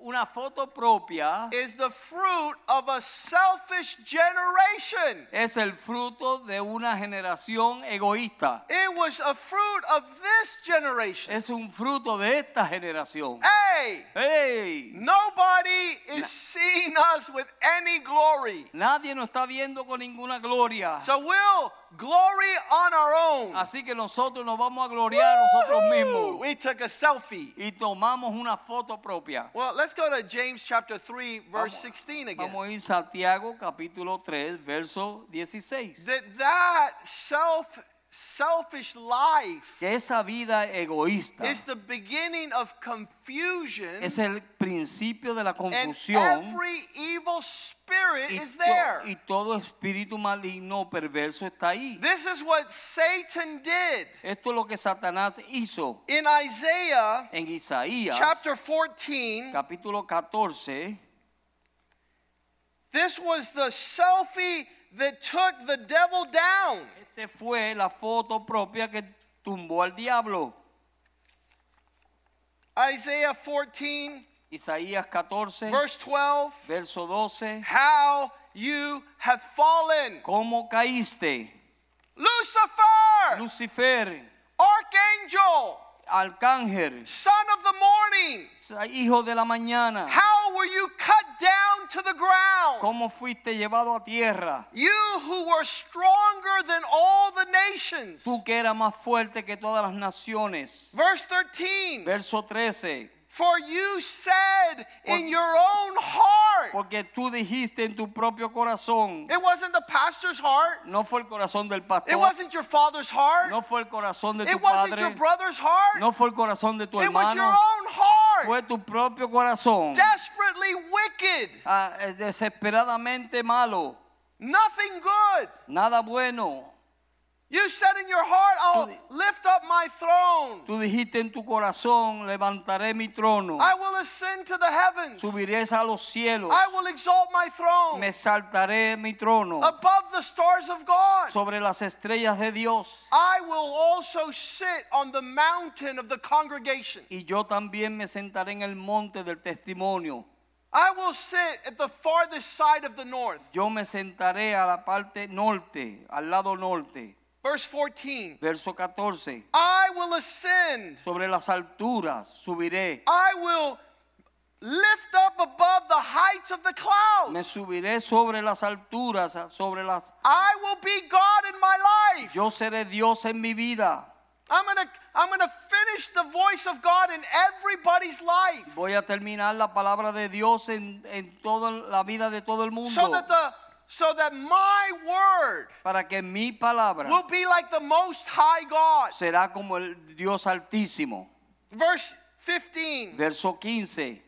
[SPEAKER 2] una foto propia
[SPEAKER 1] is the fruit of a selfish generation.
[SPEAKER 2] es el fruto de una generación egoísta.
[SPEAKER 1] It was a fruit of this generation.
[SPEAKER 2] Es un fruto de esta generación.
[SPEAKER 1] Hey,
[SPEAKER 2] ¡Hey!
[SPEAKER 1] nobody is seeing us with any glory.
[SPEAKER 2] Nadie nos está viendo con ninguna gloria.
[SPEAKER 1] So we'll glory on our own.
[SPEAKER 2] Así que nosotros nos vamos a gloriar a nosotros
[SPEAKER 1] Woo!
[SPEAKER 2] mismos
[SPEAKER 1] We took a selfie.
[SPEAKER 2] y tomamos una foto propia.
[SPEAKER 1] Well, let's go to James chapter 3, verse 16 again.
[SPEAKER 2] Vamos a ir a Santiago capítulo 3, verso 16.
[SPEAKER 1] That that self selfish life
[SPEAKER 2] Que esa vida egoísta
[SPEAKER 1] is the beginning of confusion
[SPEAKER 2] es el principio de la
[SPEAKER 1] and
[SPEAKER 2] confusión
[SPEAKER 1] every evil spirit
[SPEAKER 2] y,
[SPEAKER 1] is
[SPEAKER 2] to-
[SPEAKER 1] there.
[SPEAKER 2] y todo espíritu maligno o perverso está ahí.
[SPEAKER 1] This is what Satan did
[SPEAKER 2] Esto es lo que Satanás hizo
[SPEAKER 1] in Isaiah
[SPEAKER 2] en Isaías
[SPEAKER 1] chapter 14.
[SPEAKER 2] capítulo 14.
[SPEAKER 1] This was the selfie that took the devil down.
[SPEAKER 2] Esta Este fue la foto propia que tumbó al diablo.
[SPEAKER 1] Isaiah 14,
[SPEAKER 2] Isaías 14,
[SPEAKER 1] verse 12.
[SPEAKER 2] verso 12.
[SPEAKER 1] How you have fallen.
[SPEAKER 2] ¿Cómo caíste?
[SPEAKER 1] Lucifer,
[SPEAKER 2] Lucifer,
[SPEAKER 1] archangel,
[SPEAKER 2] arcángel,
[SPEAKER 1] son of the morning.
[SPEAKER 2] hijo de la mañana.
[SPEAKER 1] How were you cut down to the ground?
[SPEAKER 2] ¿Cómo fuiste llevado a tierra?
[SPEAKER 1] You who were stronger than all the nations.
[SPEAKER 2] Tú que eras más fuerte que todas las naciones.
[SPEAKER 1] Verse 13.
[SPEAKER 2] Verso 13.
[SPEAKER 1] For you said in your own heart.
[SPEAKER 2] Porque tú dijiste en tu propio corazón.
[SPEAKER 1] It wasn't the pastor's heart.
[SPEAKER 2] No fue el corazón del
[SPEAKER 1] It
[SPEAKER 2] pastor.
[SPEAKER 1] wasn't your father's heart.
[SPEAKER 2] No fue el corazón de tu
[SPEAKER 1] It wasn't your
[SPEAKER 2] padre.
[SPEAKER 1] brother's heart.
[SPEAKER 2] No fue el corazón de tu
[SPEAKER 1] It was your
[SPEAKER 2] hermano.
[SPEAKER 1] own heart.
[SPEAKER 2] Fue tu propio corazón.
[SPEAKER 1] Desperately wicked.
[SPEAKER 2] Ah, eh, desesperadamente malo.
[SPEAKER 1] Nothing good.
[SPEAKER 2] Nada bueno.
[SPEAKER 1] You said in your heart,
[SPEAKER 2] Tú-
[SPEAKER 1] I'll lift up my throne.
[SPEAKER 2] Tú dijiste en tu corazón, levantaré mi trono.
[SPEAKER 1] I will ascend to the heavens.
[SPEAKER 2] Subiré a los cielos.
[SPEAKER 1] I will exalt my
[SPEAKER 2] Me
[SPEAKER 1] throne
[SPEAKER 2] saltaré mi trono
[SPEAKER 1] above the stars of God.
[SPEAKER 2] sobre las estrellas de Dios.
[SPEAKER 1] I will also sit on the mountain of the congregation.
[SPEAKER 2] Y yo también me sentaré en el monte del testimonio.
[SPEAKER 1] I will sit at the farthest side of the north.
[SPEAKER 2] Yo me sentaré a la parte norte, al lado norte.
[SPEAKER 1] Verse 14.
[SPEAKER 2] Verso 14.
[SPEAKER 1] I will ascend.
[SPEAKER 2] Sobre las alturas subiré.
[SPEAKER 1] I will lift up above the heights of the
[SPEAKER 2] Me
[SPEAKER 1] clouds.
[SPEAKER 2] subiré sobre las alturas, sobre las...
[SPEAKER 1] I will be God in my life.
[SPEAKER 2] Yo seré Dios en mi vida.
[SPEAKER 1] I'm going to I'm going to finish the voice of God in everybody's life
[SPEAKER 2] Voy a terminar la palabra de Dios en, en toda la vida de todo el
[SPEAKER 1] so
[SPEAKER 2] mundo.
[SPEAKER 1] that the so that my word
[SPEAKER 2] Para que mi palabra
[SPEAKER 1] will be like the most high God.
[SPEAKER 2] será como el Dios altísimo.
[SPEAKER 1] Verse 15.
[SPEAKER 2] Verso 15.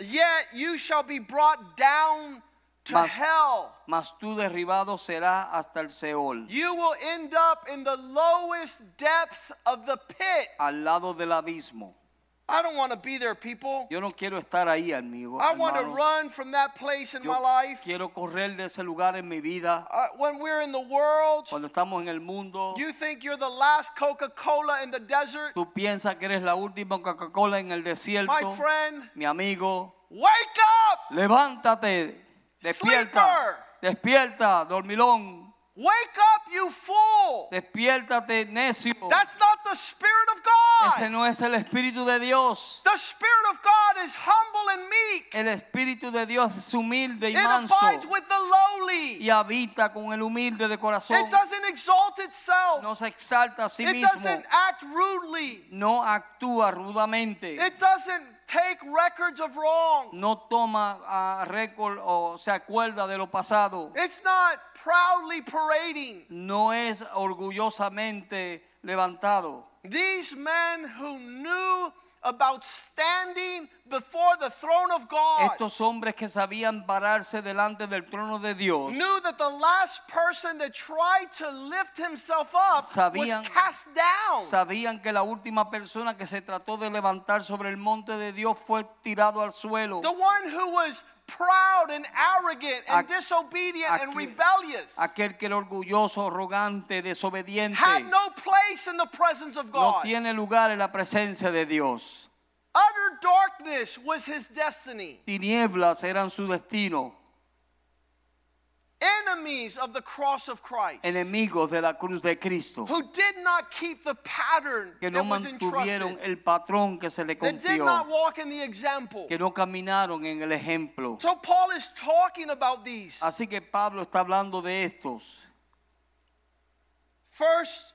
[SPEAKER 1] Yet you shall be brought down to
[SPEAKER 2] Mas-
[SPEAKER 1] hell.
[SPEAKER 2] Mas tú derribado serás hasta el Seol,
[SPEAKER 1] You will end up in the lowest depth of the pit.
[SPEAKER 2] al lado del abismo.
[SPEAKER 1] I don't want to be there, people.
[SPEAKER 2] Yo no quiero estar ahí, amigo.
[SPEAKER 1] I want to
[SPEAKER 2] hermano.
[SPEAKER 1] run from that place in
[SPEAKER 2] Yo
[SPEAKER 1] my life.
[SPEAKER 2] quiero correr de ese lugar en mi vida.
[SPEAKER 1] Uh, when we're in the world,
[SPEAKER 2] Cuando estamos en el mundo,
[SPEAKER 1] you think you're the last Coca Cola in the desert.
[SPEAKER 2] tú piensas que eres la última Coca-Cola en el desierto.
[SPEAKER 1] My friend,
[SPEAKER 2] Mi amigo,
[SPEAKER 1] wake up!
[SPEAKER 2] levántate. Despierta.
[SPEAKER 1] Sleeper.
[SPEAKER 2] Despierta, dormilón.
[SPEAKER 1] Wake up, you fool!
[SPEAKER 2] Despiértate, necio.
[SPEAKER 1] That's not the Spirit of
[SPEAKER 2] Ese
[SPEAKER 1] God.
[SPEAKER 2] no es el Espíritu de Dios.
[SPEAKER 1] The Spirit of God is humble and meek,
[SPEAKER 2] El Espíritu de Dios es humilde y
[SPEAKER 1] it
[SPEAKER 2] manso.
[SPEAKER 1] abides with the lowly,
[SPEAKER 2] y habita con el humilde de corazón.
[SPEAKER 1] it doesn't exalt itself,
[SPEAKER 2] No se exalta a sí
[SPEAKER 1] it
[SPEAKER 2] mismo.
[SPEAKER 1] doesn't act rudely,
[SPEAKER 2] No actúa rudamente.
[SPEAKER 1] it doesn't take records of wrong,
[SPEAKER 2] No toma ah, récord o se acuerda de lo pasado.
[SPEAKER 1] it's not proudly parading.
[SPEAKER 2] No es orgullosamente levantado.
[SPEAKER 1] These men who knew about standing before the throne of God
[SPEAKER 2] Estos hombres que sabían pararse delante del trono de Dios
[SPEAKER 1] knew that the last person that tried to lift himself up
[SPEAKER 2] Sabían-
[SPEAKER 1] was cast down.
[SPEAKER 2] sabían que la última persona que se trató de levantar sobre el monte de Dios fue tirado al suelo.
[SPEAKER 1] the one who was proud and arrogant and
[SPEAKER 2] Aqu-
[SPEAKER 1] disobedient and
[SPEAKER 2] aquel-
[SPEAKER 1] rebellious
[SPEAKER 2] Aquel que era orgulloso, arrogante, desobediente.
[SPEAKER 1] had no place in the presence of
[SPEAKER 2] no
[SPEAKER 1] God.
[SPEAKER 2] tiene lugar en la presencia de Dios.
[SPEAKER 1] Utter darkness was his destiny.
[SPEAKER 2] Tinieblas eran su destino,
[SPEAKER 1] Enemies of the cross of Christ
[SPEAKER 2] enemigos de la cruz de Cristo,
[SPEAKER 1] who did not keep the pattern
[SPEAKER 2] que no
[SPEAKER 1] that was entrusted.
[SPEAKER 2] mantuvieron el patrón que se le
[SPEAKER 1] They did not
[SPEAKER 2] confió,
[SPEAKER 1] walk in the example.
[SPEAKER 2] que no caminaron en el ejemplo.
[SPEAKER 1] So Paul is talking about these.
[SPEAKER 2] Así que Pablo está hablando de estos.
[SPEAKER 1] First,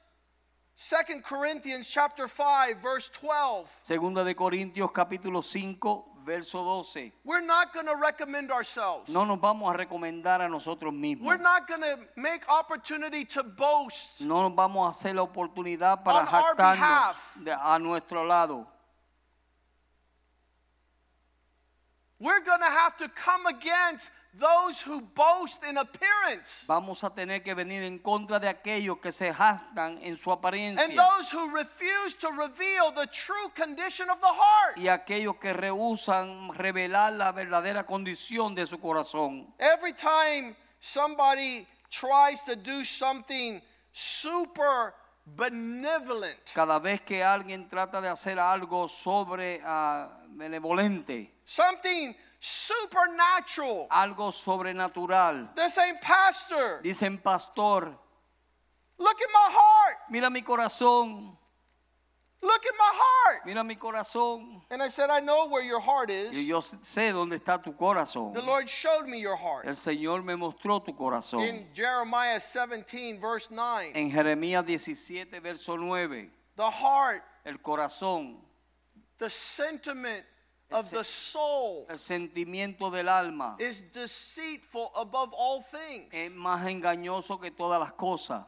[SPEAKER 1] Second Corinthians chapter 5 verse 12.
[SPEAKER 2] Segunda de Corintios capítulo 5, verso 12.
[SPEAKER 1] We're not going to recommend ourselves.
[SPEAKER 2] No nos vamos a recomendar a nosotros mismos.
[SPEAKER 1] We're not going to make opportunity to boast.
[SPEAKER 2] No nos vamos a hacer la oportunidad para
[SPEAKER 1] On our
[SPEAKER 2] jactarnos
[SPEAKER 1] behalf.
[SPEAKER 2] de- a nuestro lado.
[SPEAKER 1] We're going to have to come against those who boast in appearance
[SPEAKER 2] Vamos a tener que venir en contra de aquellos que se jactan en su
[SPEAKER 1] and
[SPEAKER 2] apariencia
[SPEAKER 1] those who refuse to reveal the true condition of the heart.
[SPEAKER 2] y aquellos que rehusan revelar la verdadera condición de su corazón.
[SPEAKER 1] Every time somebody tries to do something super benevolent,
[SPEAKER 2] Cada vez que alguien trata de hacer algo sobre ah, benevolente,
[SPEAKER 1] something supernatural,
[SPEAKER 2] algo sobrenatural,
[SPEAKER 1] they're saying, Pastor,
[SPEAKER 2] dicen pastor,
[SPEAKER 1] look at my heart,
[SPEAKER 2] mira mi corazón,
[SPEAKER 1] look at my heart.
[SPEAKER 2] mira mi corazón.
[SPEAKER 1] And I said, I know where your heart
[SPEAKER 2] Y
[SPEAKER 1] is.
[SPEAKER 2] yo sé dónde está tu corazón.
[SPEAKER 1] The Lord showed me your heart.
[SPEAKER 2] El Señor me mostró tu corazón.
[SPEAKER 1] In Jeremiah 17, verse 9,
[SPEAKER 2] En Jeremías 17, verso 9,
[SPEAKER 1] the heart,
[SPEAKER 2] el corazón,
[SPEAKER 1] the sentiment
[SPEAKER 2] El
[SPEAKER 1] of
[SPEAKER 2] se-
[SPEAKER 1] the soul
[SPEAKER 2] el sentimiento del alma,
[SPEAKER 1] is deceitful above all things,
[SPEAKER 2] es más engañoso que todas las cosas.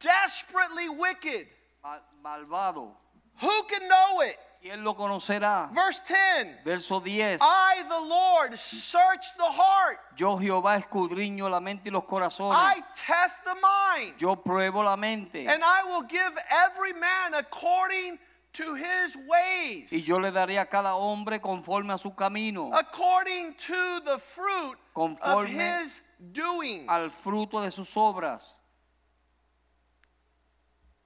[SPEAKER 1] desperately wicked.
[SPEAKER 2] Mal- malvado.
[SPEAKER 1] Who can know it?
[SPEAKER 2] ¿Quién lo conocerá?
[SPEAKER 1] Verse 10
[SPEAKER 2] Verso 10.
[SPEAKER 1] I, the Lord, search the heart,
[SPEAKER 2] Yo Jehová escudriño la mente y los corazones.
[SPEAKER 1] I test the mind,
[SPEAKER 2] Yo pruebo la mente.
[SPEAKER 1] and I will give every man according to his
[SPEAKER 2] Y
[SPEAKER 1] ways,
[SPEAKER 2] yo le daré a cada hombre conforme a su camino,
[SPEAKER 1] according to the fruit of
[SPEAKER 2] Conforme
[SPEAKER 1] his doings.
[SPEAKER 2] al fruto de sus obras.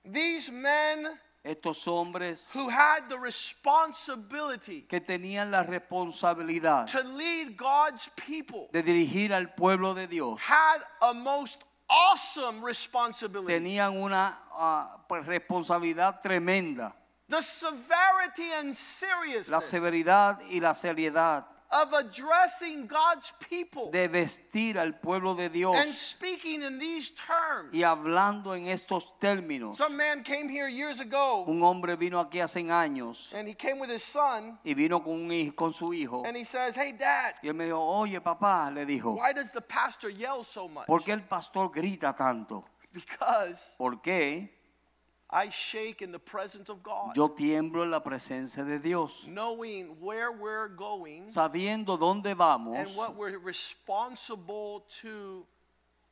[SPEAKER 1] These men
[SPEAKER 2] Estos hombres
[SPEAKER 1] who had the responsibility
[SPEAKER 2] que tenían la responsabilidad
[SPEAKER 1] to lead God's people
[SPEAKER 2] de dirigir al pueblo de Dios
[SPEAKER 1] had a most awesome responsibility.
[SPEAKER 2] tenían una ah, pues, responsabilidad tremenda.
[SPEAKER 1] The severity and
[SPEAKER 2] La
[SPEAKER 1] seriousness
[SPEAKER 2] severidad y la seriedad
[SPEAKER 1] of addressing God's people
[SPEAKER 2] de vestir al pueblo de
[SPEAKER 1] and
[SPEAKER 2] Dios
[SPEAKER 1] speaking in these terms.
[SPEAKER 2] y hablando en estos términos.
[SPEAKER 1] Some man came here years ago
[SPEAKER 2] Un hombre vino aquí hace años
[SPEAKER 1] and he came with his son
[SPEAKER 2] y vino con, un hij- con su hijo.
[SPEAKER 1] and he says, Hey, dad,
[SPEAKER 2] Y él me dijo, oye papá, le dijo,
[SPEAKER 1] why does the pastor yell so much?
[SPEAKER 2] ¿por qué el pastor grita tanto?
[SPEAKER 1] Because
[SPEAKER 2] ¿Por qué
[SPEAKER 1] I shake in the presence of God,
[SPEAKER 2] yo tiemblo en la presencia de Dios?
[SPEAKER 1] knowing where we're going
[SPEAKER 2] Sabiendo dónde
[SPEAKER 1] and
[SPEAKER 2] vamos
[SPEAKER 1] what we're responsible to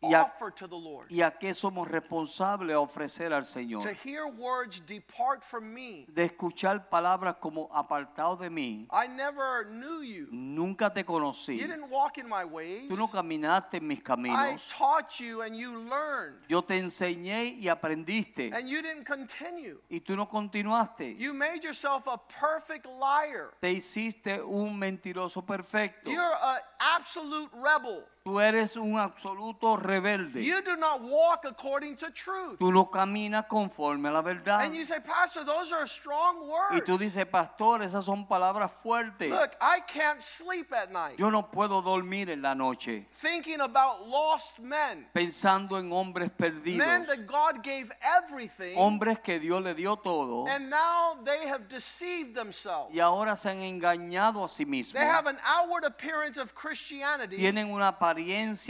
[SPEAKER 2] Y a-
[SPEAKER 1] offer to the Lord.
[SPEAKER 2] y a qué somos responsables a ofrecer al
[SPEAKER 1] To
[SPEAKER 2] Señor.
[SPEAKER 1] hear words depart from me,
[SPEAKER 2] De escuchar palabras como apartado de mí,
[SPEAKER 1] I never knew you.
[SPEAKER 2] nunca te conocí.
[SPEAKER 1] You didn't walk in my ways.
[SPEAKER 2] Tú no caminaste en mis
[SPEAKER 1] I
[SPEAKER 2] caminos.
[SPEAKER 1] taught you and you learned,
[SPEAKER 2] Yo te enseñé y aprendiste
[SPEAKER 1] and you didn't continue.
[SPEAKER 2] y tú no continuaste.
[SPEAKER 1] You made yourself a perfect liar.
[SPEAKER 2] te hiciste un mentiroso perfecto.
[SPEAKER 1] You're an absolute rebel.
[SPEAKER 2] Tú eres un absoluto rebelde.
[SPEAKER 1] You do not walk according to truth.
[SPEAKER 2] Tú no caminas conforme a la verdad.
[SPEAKER 1] And you say, Pastor, those are strong
[SPEAKER 2] Y tú
[SPEAKER 1] words.
[SPEAKER 2] dices, pastor, esas son palabras fuertes.
[SPEAKER 1] Look, I can't sleep at night
[SPEAKER 2] Yo no puedo dormir en la noche
[SPEAKER 1] thinking about lost men,
[SPEAKER 2] pensando en hombres perdidos.
[SPEAKER 1] men that God gave everything,
[SPEAKER 2] Hombres que Dios le dio todo
[SPEAKER 1] and now they have deceived themselves.
[SPEAKER 2] y ahora se han engañado a sí
[SPEAKER 1] They
[SPEAKER 2] mismos.
[SPEAKER 1] have an outward appearance of Christianity,
[SPEAKER 2] Tienen una apariencia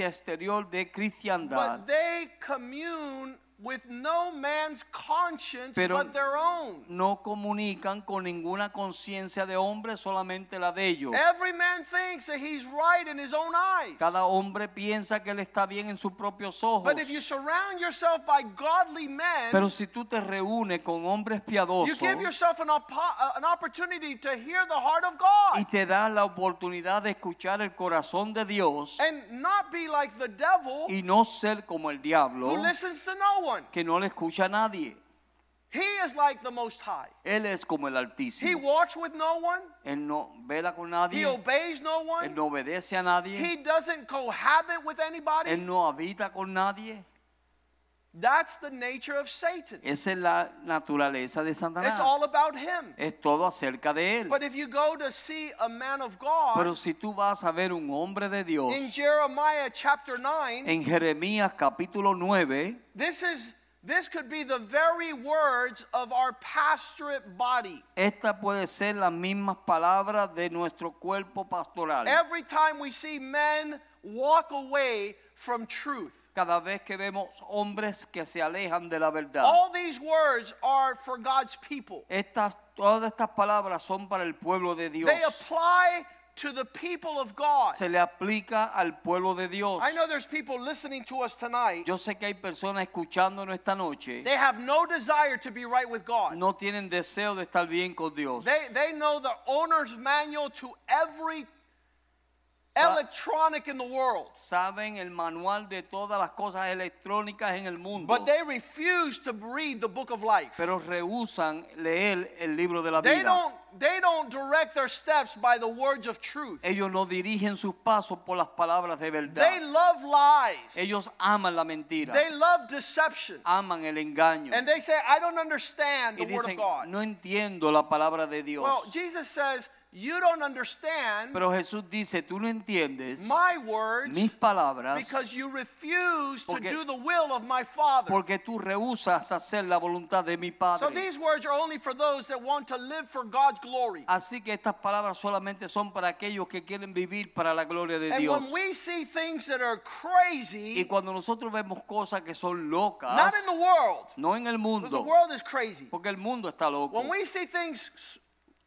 [SPEAKER 2] exterior de cristiandad,
[SPEAKER 1] but they commune with no man's conscience
[SPEAKER 2] Pero-
[SPEAKER 1] but their own.
[SPEAKER 2] no comunican con ninguna conciencia de hombre, solamente la de ellos.
[SPEAKER 1] Every man thinks that he's right in his own eyes.
[SPEAKER 2] Cada hombre piensa que él está bien en sus propios ojos.
[SPEAKER 1] But if you surround yourself by godly men,
[SPEAKER 2] Pero si tú te reúnes con hombres
[SPEAKER 1] you
[SPEAKER 2] piadosos
[SPEAKER 1] give yourself an, oppo- uh, an opportunity to hear the heart of
[SPEAKER 2] y
[SPEAKER 1] God
[SPEAKER 2] te das la oportunidad de escuchar el corazón de Dios
[SPEAKER 1] and not be like the devil
[SPEAKER 2] y no ser como el diablo
[SPEAKER 1] who listens to no one.
[SPEAKER 2] que no le escucha a nadie.
[SPEAKER 1] He is like the Most High.
[SPEAKER 2] Él es como el
[SPEAKER 1] He
[SPEAKER 2] Altísimo.
[SPEAKER 1] walks with no one.
[SPEAKER 2] Él no vela con
[SPEAKER 1] He
[SPEAKER 2] nadie.
[SPEAKER 1] obeys no
[SPEAKER 2] Él
[SPEAKER 1] one.
[SPEAKER 2] no obedece a nadie.
[SPEAKER 1] He doesn't cohabit with
[SPEAKER 2] Él
[SPEAKER 1] anybody.
[SPEAKER 2] no habita con nadie.
[SPEAKER 1] That's the nature of Satan.
[SPEAKER 2] Esa es la naturaleza de
[SPEAKER 1] It's
[SPEAKER 2] Satanás.
[SPEAKER 1] all about him.
[SPEAKER 2] Es todo acerca de él.
[SPEAKER 1] But if you go to see a man of
[SPEAKER 2] Pero
[SPEAKER 1] God
[SPEAKER 2] si tú vas a ver un hombre de Dios
[SPEAKER 1] in Jeremiah chapter 9,
[SPEAKER 2] en Jeremías capítulo 9,
[SPEAKER 1] This is this could be the very words of our pastorate body.
[SPEAKER 2] Esta puede ser las mismas palabras de nuestro cuerpo pastoral.
[SPEAKER 1] Every time we see men walk away from truth.
[SPEAKER 2] Cada vez que vemos hombres que se alejan de la verdad.
[SPEAKER 1] All these words are for God's people.
[SPEAKER 2] Estas, todas estas palabras son para el pueblo de Dios.
[SPEAKER 1] They apply to the people of God.
[SPEAKER 2] Se le aplica al pueblo de Dios.
[SPEAKER 1] I know there's people listening to us tonight.
[SPEAKER 2] Yo sé que hay personas escuchándonos esta noche.
[SPEAKER 1] They have no desire to be right with God.
[SPEAKER 2] No tienen deseo de estar bien con Dios.
[SPEAKER 1] They they know the owner's manual to every
[SPEAKER 2] Sa-
[SPEAKER 1] electronic in the world,
[SPEAKER 2] saben el manual de todas las cosas electrónicas en el mundo,
[SPEAKER 1] but they refuse to read the book of life.
[SPEAKER 2] pero rehusan leer el libro de la
[SPEAKER 1] They
[SPEAKER 2] vida.
[SPEAKER 1] don't they don't direct their steps by the words of truth.
[SPEAKER 2] Ellos no dirigen sus pasos por las palabras de verdad.
[SPEAKER 1] They love lies.
[SPEAKER 2] Ellos aman la mentira,
[SPEAKER 1] They love deception.
[SPEAKER 2] aman el engaño
[SPEAKER 1] And they say, I don't understand
[SPEAKER 2] y
[SPEAKER 1] the word of
[SPEAKER 2] dicen,
[SPEAKER 1] God.
[SPEAKER 2] no entiendo la palabra de Dios.
[SPEAKER 1] Well, Jesus says, you don't understand
[SPEAKER 2] Pero Jesús dice, tú no entiendes
[SPEAKER 1] my words
[SPEAKER 2] mis palabras
[SPEAKER 1] because you refuse to
[SPEAKER 2] Porque-
[SPEAKER 1] do the will of my Father.
[SPEAKER 2] porque tú rehusas hacer la voluntad de mi
[SPEAKER 1] So
[SPEAKER 2] Padre.
[SPEAKER 1] these words are only for those that want to live for God's glory.
[SPEAKER 2] Así que estas palabras solamente son para aquellos que quieren vivir para la gloria de
[SPEAKER 1] And
[SPEAKER 2] Dios.
[SPEAKER 1] when we see things that are
[SPEAKER 2] Y
[SPEAKER 1] crazy,
[SPEAKER 2] cuando nosotros vemos cosas que son
[SPEAKER 1] not
[SPEAKER 2] locas,
[SPEAKER 1] in the world,
[SPEAKER 2] no en
[SPEAKER 1] 'cause
[SPEAKER 2] el
[SPEAKER 1] the
[SPEAKER 2] mundo,
[SPEAKER 1] world is crazy.
[SPEAKER 2] porque el mundo está loco.
[SPEAKER 1] When we see things s-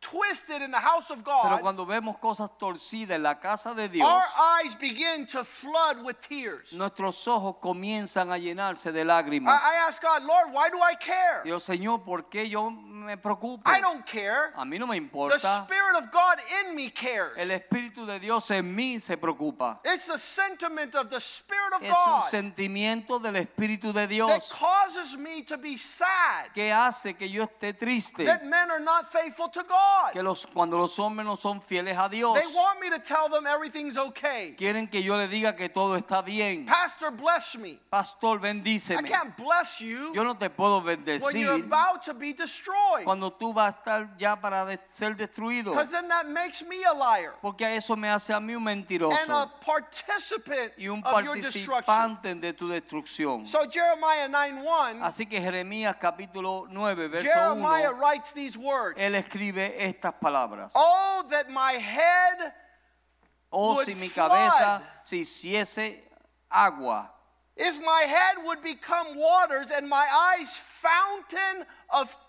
[SPEAKER 1] twisted in the house of
[SPEAKER 2] Pero
[SPEAKER 1] God,
[SPEAKER 2] cuando vemos cosas torcidas en la casa de Dios,
[SPEAKER 1] our eyes begin to flood with tears.
[SPEAKER 2] nuestros ojos comienzan a llenarse de
[SPEAKER 1] I,
[SPEAKER 2] lágrimas.
[SPEAKER 1] I ask God, Lord, why do I care?
[SPEAKER 2] Dios, Señor, ¿por qué yo me preocupo?
[SPEAKER 1] I don't care.
[SPEAKER 2] A mí no me
[SPEAKER 1] The
[SPEAKER 2] importa.
[SPEAKER 1] Spirit of God in me cares.
[SPEAKER 2] El Espíritu de Dios en mí se preocupa.
[SPEAKER 1] It's the sentiment of the Spirit of
[SPEAKER 2] Es un
[SPEAKER 1] God
[SPEAKER 2] sentimiento del Espíritu de
[SPEAKER 1] that
[SPEAKER 2] Dios
[SPEAKER 1] causes me to be sad
[SPEAKER 2] que hace que yo esté triste.
[SPEAKER 1] that men are not faithful to
[SPEAKER 2] Que
[SPEAKER 1] God.
[SPEAKER 2] los, cuando los hombres no son fieles a Dios,
[SPEAKER 1] They want me to tell them everything's okay.
[SPEAKER 2] quieren que yo le diga que todo está bien.
[SPEAKER 1] Pastor, bless me.
[SPEAKER 2] Pastor,
[SPEAKER 1] I
[SPEAKER 2] bendíceme.
[SPEAKER 1] can't bless you
[SPEAKER 2] Yo no te puedo
[SPEAKER 1] when you're
[SPEAKER 2] bendecir
[SPEAKER 1] about to be destroyed
[SPEAKER 2] cuando tú vas a estar ya para de- ser destruido.
[SPEAKER 1] because then that makes me a liar
[SPEAKER 2] Porque a eso me hace a mí un
[SPEAKER 1] and a
[SPEAKER 2] mentiroso
[SPEAKER 1] participant
[SPEAKER 2] y un
[SPEAKER 1] of your destruction.
[SPEAKER 2] participante de tu destrucción.
[SPEAKER 1] So Jeremiah 9:1,
[SPEAKER 2] Así que Jeremías capítulo 9, verso 1,
[SPEAKER 1] Jeremiah writes these words.
[SPEAKER 2] él escribe estas palabras.
[SPEAKER 1] Oh, that my head
[SPEAKER 2] Oh,
[SPEAKER 1] would
[SPEAKER 2] si mi
[SPEAKER 1] flood.
[SPEAKER 2] cabeza se hiciese agua,
[SPEAKER 1] is my head would become waters and my eyes fountain of
[SPEAKER 2] y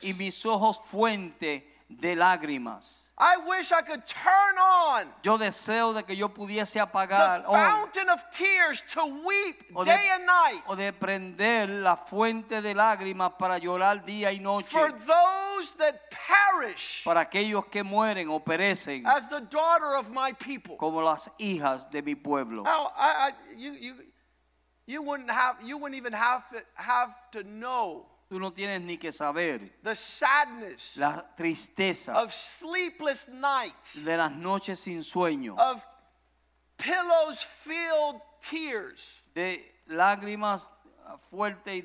[SPEAKER 1] tears.
[SPEAKER 2] mis ojos fuente de lágrimas.
[SPEAKER 1] I wish I could turn on
[SPEAKER 2] Yo deseo de que yo pudiese apagar
[SPEAKER 1] the
[SPEAKER 2] hoy,
[SPEAKER 1] fountain of tears to
[SPEAKER 2] oh. o
[SPEAKER 1] weep
[SPEAKER 2] de,
[SPEAKER 1] day and night
[SPEAKER 2] o de prender la fuente de lágrimas para llorar día y noche
[SPEAKER 1] for those that perish
[SPEAKER 2] para aquellos que mueren o perecen
[SPEAKER 1] as the daughter of my people.
[SPEAKER 2] como las hijas de mi pueblo.
[SPEAKER 1] Now, I, I, you, you, you wouldn't have, you wouldn't even have to, have to know
[SPEAKER 2] Tú no tienes ni que saber
[SPEAKER 1] the sadness
[SPEAKER 2] la tristeza
[SPEAKER 1] of sleepless nights,
[SPEAKER 2] de las noches sin sueño,
[SPEAKER 1] of pillows filled tears.
[SPEAKER 2] de lágrimas fuertes y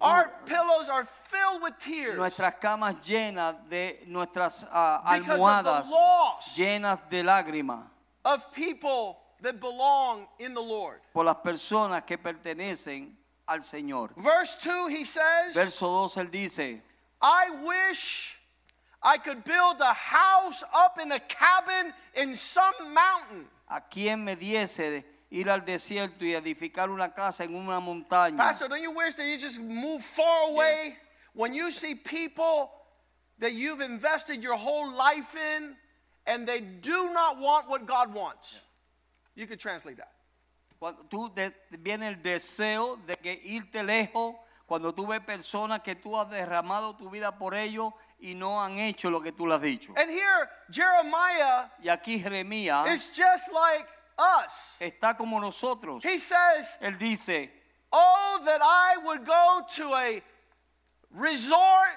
[SPEAKER 1] Our
[SPEAKER 2] duras.
[SPEAKER 1] pillows are filled with tears
[SPEAKER 2] nuestras camas llenas de nuestras ah,
[SPEAKER 1] because of
[SPEAKER 2] almohadas
[SPEAKER 1] the loss
[SPEAKER 2] llenas de lágrimas
[SPEAKER 1] of people that belong in the Lord.
[SPEAKER 2] por las personas que pertenecen al Señor.
[SPEAKER 1] Verse 2, he says,
[SPEAKER 2] Verso 2 él dice,
[SPEAKER 1] I wish I could build a house up in a cabin in some mountain.
[SPEAKER 2] ¿a quién me diese de ir al desierto y edificar una casa en una montaña?
[SPEAKER 1] Pastor, don't you wish that you just move far away when you see people that you've invested your whole life in and they do not want what God wants? You could translate that.
[SPEAKER 2] Cuando tú de- viene el deseo de que irte lejos, cuando tú ves personas que tú has derramado tu vida por ellos y no han hecho lo que tú le has dicho.
[SPEAKER 1] And here, Jeremiah
[SPEAKER 2] Y aquí Jeremías
[SPEAKER 1] is just like us.
[SPEAKER 2] está como nosotros.
[SPEAKER 1] He says,
[SPEAKER 2] Él dice,
[SPEAKER 1] Oh, that I would go to a resort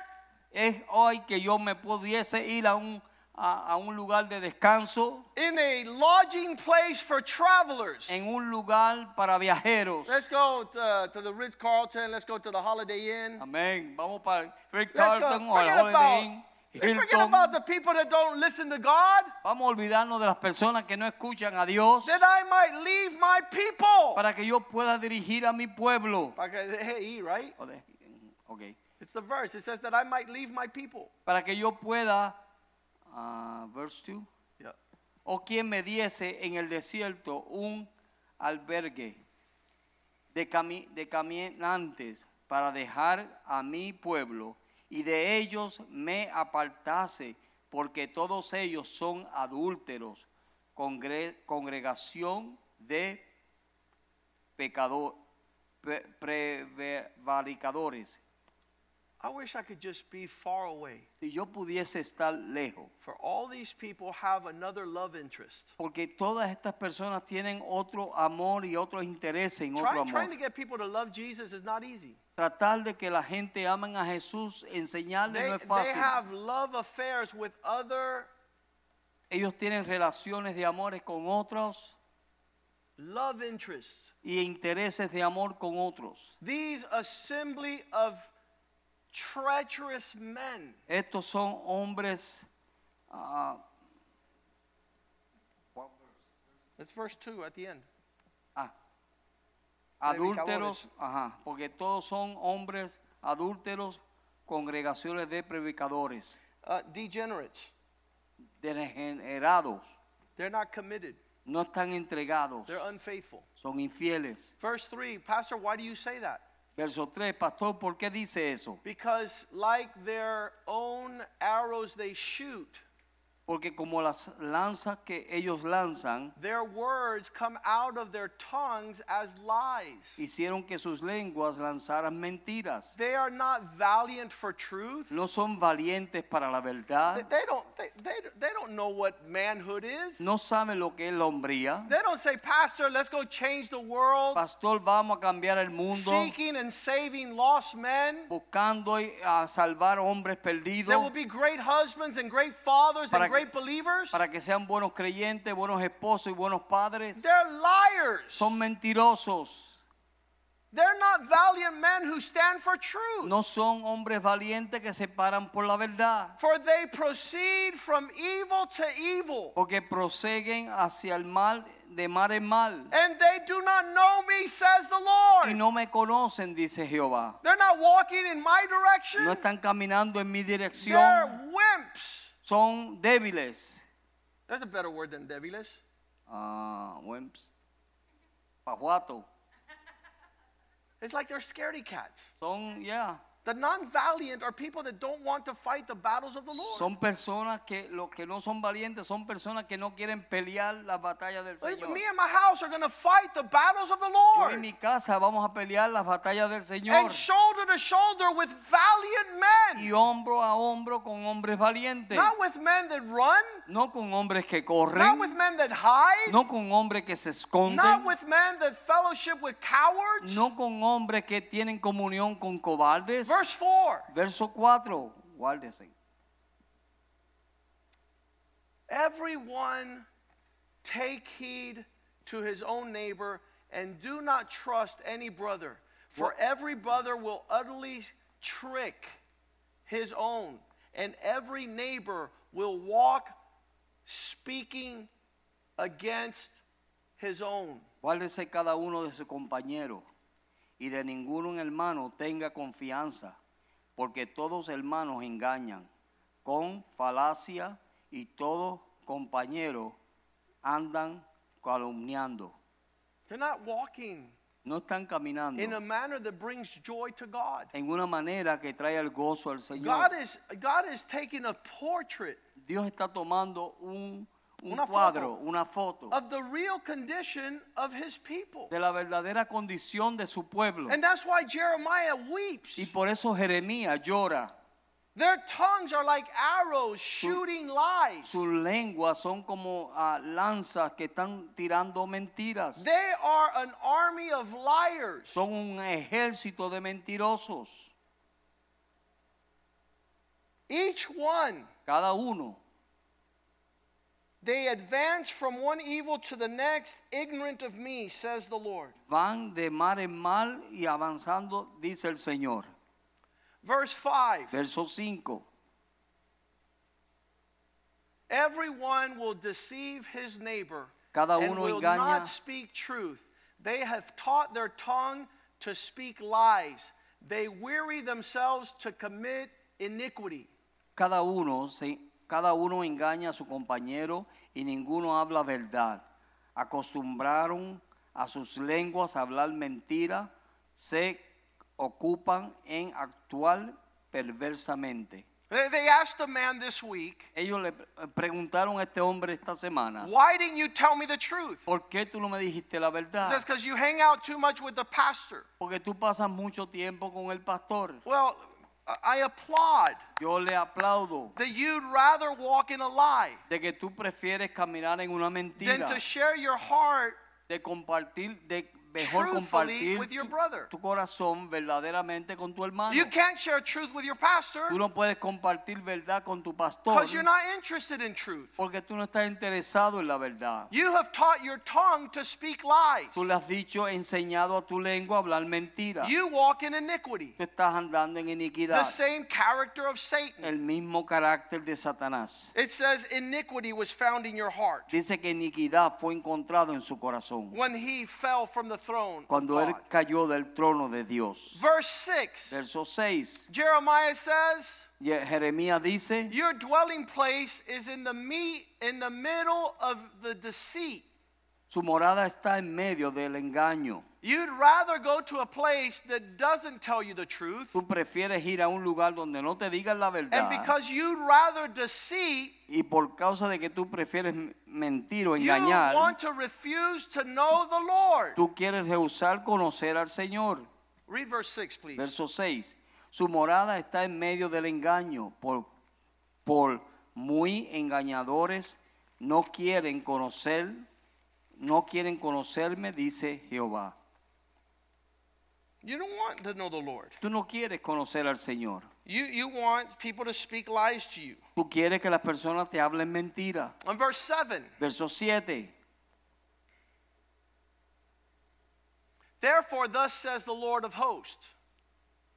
[SPEAKER 2] es hoy que yo me pudiese ir a un, a, a un lugar de descanso,
[SPEAKER 1] in a lodging place for travelers.
[SPEAKER 2] en un lugar para viajeros.
[SPEAKER 1] Let's go uh, to, to the Ritz Carlton. Let's go to the Holiday Inn.
[SPEAKER 2] Amén. Vamos para el Ritz
[SPEAKER 1] Let's go.
[SPEAKER 2] Carlton o el
[SPEAKER 1] Forget
[SPEAKER 2] Holiday
[SPEAKER 1] about,
[SPEAKER 2] Inn,
[SPEAKER 1] forget
[SPEAKER 2] Hilton.
[SPEAKER 1] about the people that don't listen to God,
[SPEAKER 2] Vamos a olvidarnos de las personas que no escuchan a Dios.
[SPEAKER 1] that I might leave my people.
[SPEAKER 2] para que yo pueda dirigir a mi pueblo.
[SPEAKER 1] Okay, hey, E, right?
[SPEAKER 2] O de- ok.
[SPEAKER 1] It's the verse. It says that I might leave my people.
[SPEAKER 2] Para que yo pueda, ah, verse 2,
[SPEAKER 1] Yeah.
[SPEAKER 2] o quien me diese en el desierto un albergue de, cami- de caminantes para dejar a mi pueblo y de ellos me apartase, porque todos ellos son adúlteros, congre- congregación de pecador, pre- prevaricadores.
[SPEAKER 1] I wish I could just be far away.
[SPEAKER 2] Si yo pudiese estar lejos.
[SPEAKER 1] For all these people have another love interest.
[SPEAKER 2] Porque todas estas personas tienen otro amor y otros intereses en otro
[SPEAKER 1] Try, trying to
[SPEAKER 2] amor.
[SPEAKER 1] get people to love Jesus is not easy.
[SPEAKER 2] Tratar de que la gente amen a Jesús, enseñarle
[SPEAKER 1] They,
[SPEAKER 2] no es
[SPEAKER 1] they
[SPEAKER 2] fácil.
[SPEAKER 1] have love affairs with other
[SPEAKER 2] Ellos tienen relaciones de amores con otros
[SPEAKER 1] love interests.
[SPEAKER 2] y intereses de amor con otros.
[SPEAKER 1] These assembly of treacherous men.
[SPEAKER 2] Estos son hombres. ah,
[SPEAKER 1] That's verse 2 at the end.
[SPEAKER 2] Ah.
[SPEAKER 1] Predicadores.
[SPEAKER 2] Adúlteros, ajá, porque todos son hombres adúlteros, congregaciones de predicadores,
[SPEAKER 1] Uh, degenerates.
[SPEAKER 2] degenerados,
[SPEAKER 1] They're not committed.
[SPEAKER 2] no están entregados,
[SPEAKER 1] They're unfaithful.
[SPEAKER 2] son infieles.
[SPEAKER 1] Verse 3, Pastor, why do you say that?
[SPEAKER 2] Verso 3, pastor, ¿por qué dice eso?
[SPEAKER 1] Because, like their own arrows they shoot,
[SPEAKER 2] Porque como las lanzas que ellos lanzan,
[SPEAKER 1] their words come out of their tongues as lies.
[SPEAKER 2] hicieron que sus lenguas lanzaran mentiras.
[SPEAKER 1] They are not valiant for truth.
[SPEAKER 2] No son valientes para la
[SPEAKER 1] They,
[SPEAKER 2] verdad,
[SPEAKER 1] they don't, they, they, they don't know what manhood is.
[SPEAKER 2] no saben lo que es la hombría.
[SPEAKER 1] They don't say, Pastor, let's go change the world,
[SPEAKER 2] Pastor, vamos a cambiar el mundo.
[SPEAKER 1] seeking and saving lost men.
[SPEAKER 2] buscando y- a salvar hombres
[SPEAKER 1] There will
[SPEAKER 2] perdidos
[SPEAKER 1] be great husbands and great fathers
[SPEAKER 2] Para
[SPEAKER 1] and
[SPEAKER 2] que-
[SPEAKER 1] great believers.
[SPEAKER 2] para que sean buenos creyentes, buenos esposos y buenos padres.
[SPEAKER 1] They're liars.
[SPEAKER 2] Son mentirosos.
[SPEAKER 1] They're not valiant men who stand for truth.
[SPEAKER 2] No son hombres valientes que se paran por la verdad,
[SPEAKER 1] For they proceed from evil to evil,
[SPEAKER 2] porque proseguen hacia el mal, de mal en mal.
[SPEAKER 1] and they do not know me, says the
[SPEAKER 2] Y
[SPEAKER 1] Lord.
[SPEAKER 2] no me conocen, dice Jehová.
[SPEAKER 1] They're not walking in my
[SPEAKER 2] No
[SPEAKER 1] direction.
[SPEAKER 2] están caminando en mi dirección.
[SPEAKER 1] They're wimps.
[SPEAKER 2] Son débiles.
[SPEAKER 1] There's a better word than débiles.
[SPEAKER 2] Ah, wimps. Pajuato.
[SPEAKER 1] It's like they're scaredy cats.
[SPEAKER 2] Son, ya.
[SPEAKER 1] The non-valiant are people that don't want to fight the battles of the Lord.
[SPEAKER 2] Son personas que los que no son valientes son personas que no quieren pelear las batallas del
[SPEAKER 1] Like,
[SPEAKER 2] Señor.
[SPEAKER 1] me and my house are going to fight the battles of the
[SPEAKER 2] Yo en
[SPEAKER 1] Lord.
[SPEAKER 2] mi casa vamos a pelear las batallas del Señor
[SPEAKER 1] and shoulder to shoulder with valiant
[SPEAKER 2] y
[SPEAKER 1] men,
[SPEAKER 2] hombro a hombro con hombres valientes,
[SPEAKER 1] not with men that run,
[SPEAKER 2] no con hombres que
[SPEAKER 1] not with
[SPEAKER 2] corren,
[SPEAKER 1] men that hide,
[SPEAKER 2] no con hombres que se esconden,
[SPEAKER 1] not with men that fellowship with cowards.
[SPEAKER 2] no con hombres que tienen comunión con cobardes.
[SPEAKER 1] Verse 4
[SPEAKER 2] Verso 4, guárdese.
[SPEAKER 1] Everyone take heed to his own neighbor and do not trust any brother, for every brother will utterly trick his own, and every neighbor will walk speaking against his own.
[SPEAKER 2] Guárdese cada uno de su compañero y de ninguno hermano tenga confianza, porque todos hermanos engañan con falacia y todos compañeros andan calumniando.
[SPEAKER 1] They're not walking
[SPEAKER 2] No están caminando
[SPEAKER 1] in a manner that brings joy to God.
[SPEAKER 2] en una manera que trae el gozo al Señor.
[SPEAKER 1] God is, God is taking a portrait
[SPEAKER 2] Dios está tomando un, un
[SPEAKER 1] Una
[SPEAKER 2] cuadro,
[SPEAKER 1] foto.
[SPEAKER 2] una foto
[SPEAKER 1] of the real condition of his people.
[SPEAKER 2] de la verdadera condición de su pueblo.
[SPEAKER 1] And that's why Jeremiah weeps.
[SPEAKER 2] Y por eso Jeremías llora.
[SPEAKER 1] Their tongues are like arrows shooting lies.
[SPEAKER 2] Sus lenguas son como ah, lanzas que están tirando mentiras.
[SPEAKER 1] They are an army of liars.
[SPEAKER 2] Son un ejército de mentirosos.
[SPEAKER 1] Each one,
[SPEAKER 2] Cada uno.
[SPEAKER 1] they advance from one evil to the next, ignorant of me, says the Lord.
[SPEAKER 2] Van de mar en mar y avanzando, dice el Señor.
[SPEAKER 1] Verse 5
[SPEAKER 2] Verso 5.
[SPEAKER 1] Everyone will deceive his neighbor
[SPEAKER 2] Cada
[SPEAKER 1] and
[SPEAKER 2] uno
[SPEAKER 1] will
[SPEAKER 2] engaña.
[SPEAKER 1] not speak truth. They have taught their tongue to speak lies. They weary themselves to commit iniquity.
[SPEAKER 2] Cada uno, se- cada uno engaña a su compañero y ninguno habla verdad. Acostumbraron a sus lenguas a hablar mentira, se ocupan en actuar perversamente.
[SPEAKER 1] They, they asked the man this week,
[SPEAKER 2] Ellos le pre- preguntaron a este hombre esta semana,
[SPEAKER 1] Why didn't you tell me the truth?
[SPEAKER 2] ¿por qué tú no me dijiste la
[SPEAKER 1] He
[SPEAKER 2] verdad?
[SPEAKER 1] says, Because you hang out too much with the pastor.
[SPEAKER 2] Porque tú pasas mucho tiempo con el pastor.
[SPEAKER 1] Well, I- I applaud
[SPEAKER 2] Yo le aplaudo
[SPEAKER 1] that you'd rather walk in a lie
[SPEAKER 2] de que tú prefieres caminar en una
[SPEAKER 1] than
[SPEAKER 2] mentira,
[SPEAKER 1] to share your heart
[SPEAKER 2] de compartir, de mejor
[SPEAKER 1] truthfully
[SPEAKER 2] compartir
[SPEAKER 1] with your
[SPEAKER 2] tu-
[SPEAKER 1] brother.
[SPEAKER 2] tu corazón verdaderamente con tu hermano.
[SPEAKER 1] You can't share truth with your pastor
[SPEAKER 2] Tú no puedes compartir verdad con tu pastor
[SPEAKER 1] because you're not interested in truth.
[SPEAKER 2] porque tú no estás interesado en la verdad.
[SPEAKER 1] You have taught your tongue to speak lies.
[SPEAKER 2] Tú le has dicho, enseñado a tu lengua a hablar mentira.
[SPEAKER 1] You walk in iniquity,
[SPEAKER 2] Tú estás andando en iniquidad.
[SPEAKER 1] the same character of Satan.
[SPEAKER 2] El mismo carácter de Satanás.
[SPEAKER 1] It says iniquity was found in your heart
[SPEAKER 2] Dice que iniquidad fue encontrado en su corazón
[SPEAKER 1] when he fell from the throne. of
[SPEAKER 2] cuando él
[SPEAKER 1] God.
[SPEAKER 2] cayó del trono de Dios.
[SPEAKER 1] Verse 6
[SPEAKER 2] Verso 6.
[SPEAKER 1] Jeremiah says,
[SPEAKER 2] Ye- Jeremías dice,
[SPEAKER 1] Your dwelling place is in the meat, in the middle of the deceit.
[SPEAKER 2] su morada está en medio del engaño.
[SPEAKER 1] You'd rather go to a place that doesn't tell you the truth,
[SPEAKER 2] Tú prefieres ir a un lugar donde no te digan la
[SPEAKER 1] and
[SPEAKER 2] verdad.
[SPEAKER 1] because you'd rather deceit,
[SPEAKER 2] Y por causa de que tú prefieres m- mentir o
[SPEAKER 1] you
[SPEAKER 2] engañar,
[SPEAKER 1] want to refuse to know the Lord.
[SPEAKER 2] tú quieres rehusar conocer al Señor.
[SPEAKER 1] Read verse 6, please.
[SPEAKER 2] Verso 6. Su morada está en medio del engaño. Por, por muy engañadores no quieren conocer, no quieren conocerme, dice Jehová.
[SPEAKER 1] You don't want to know the Lord.
[SPEAKER 2] Tú no quieres conocer al Señor.
[SPEAKER 1] You, you want people to speak lies to you.
[SPEAKER 2] Tú quieres que las personas te hablen mentira.
[SPEAKER 1] And verse 7
[SPEAKER 2] Verso 7.
[SPEAKER 1] Therefore, thus says the Lord of hosts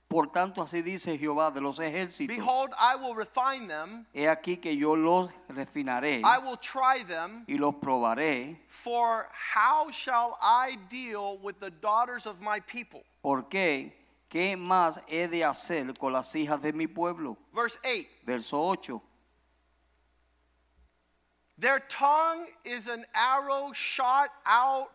[SPEAKER 2] Por tanto, así dice Jehová de los ejércitos.
[SPEAKER 1] Behold, I will refine them,
[SPEAKER 2] He aquí que yo los refinaré
[SPEAKER 1] I will try them.
[SPEAKER 2] y los probaré.
[SPEAKER 1] For how shall I deal with the daughters of my people?
[SPEAKER 2] ¿Por qué? ¿Qué más he de hacer con las hijas de mi pueblo?
[SPEAKER 1] Verse 8
[SPEAKER 2] Verso 8.
[SPEAKER 1] Their tongue is an arrow shot out,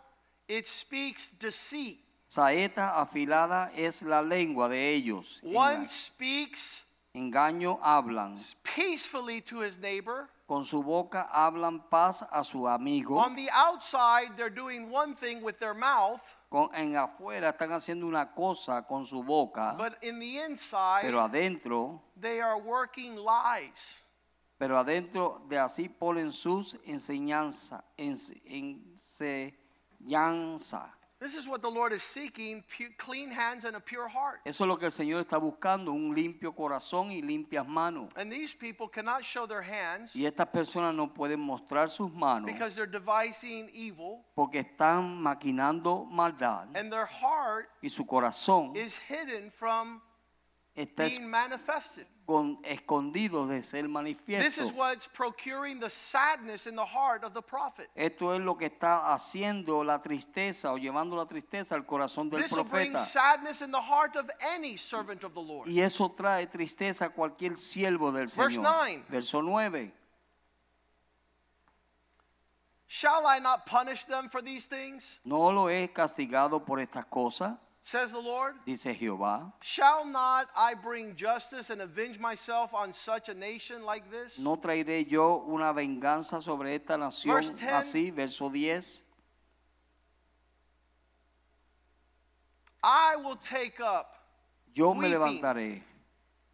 [SPEAKER 1] it speaks deceit.
[SPEAKER 2] Saeta afilada es la lengua de ellos.
[SPEAKER 1] One
[SPEAKER 2] Enga-
[SPEAKER 1] speaks
[SPEAKER 2] Engaño hablan.
[SPEAKER 1] peacefully to his neighbor.
[SPEAKER 2] Con su boca hablan paz a su amigo.
[SPEAKER 1] On the outside, they're doing one thing with their mouth,
[SPEAKER 2] Con, en afuera están haciendo una cosa con su boca,
[SPEAKER 1] but in the inside,
[SPEAKER 2] pero adentro,
[SPEAKER 1] they are working lies.
[SPEAKER 2] pero adentro de así ponen sus enseñanza, ens- enseñanza.
[SPEAKER 1] This is what the Lord is seeking pu- clean hands and a pure heart.
[SPEAKER 2] Eso es lo que el Señor está buscando, un limpio corazón y limpias manos.
[SPEAKER 1] And these people cannot show their hands
[SPEAKER 2] Y estas personas no pueden mostrar sus manos
[SPEAKER 1] because they're devising evil.
[SPEAKER 2] porque están maquinando maldad.
[SPEAKER 1] and their heart
[SPEAKER 2] y su corazón
[SPEAKER 1] is hidden from
[SPEAKER 2] está
[SPEAKER 1] being manifested.
[SPEAKER 2] escon- escondido de ser
[SPEAKER 1] This
[SPEAKER 2] manifiesto.
[SPEAKER 1] is what's procuring the sadness in the heart of the prophet.
[SPEAKER 2] Esto es lo que está haciendo la tristeza o llevando la tristeza al corazón del
[SPEAKER 1] This will bring
[SPEAKER 2] profeta.
[SPEAKER 1] sadness in the heart of any servant of the Lord.
[SPEAKER 2] Y eso trae tristeza a cualquier siervo del
[SPEAKER 1] Verse
[SPEAKER 2] Señor.
[SPEAKER 1] nine.
[SPEAKER 2] Verso 9.
[SPEAKER 1] Shall I not punish them for these things?
[SPEAKER 2] No lo he castigado por estas cosas,
[SPEAKER 1] Says the Lord.
[SPEAKER 2] dice Jehová.
[SPEAKER 1] Shall not I bring justice and avenge myself on such a nation like this?
[SPEAKER 2] No traeré yo una venganza sobre esta nación.
[SPEAKER 1] Verse 10.
[SPEAKER 2] Así, verso 10.
[SPEAKER 1] I will take up,
[SPEAKER 2] Yo me
[SPEAKER 1] Weeping.
[SPEAKER 2] levantaré,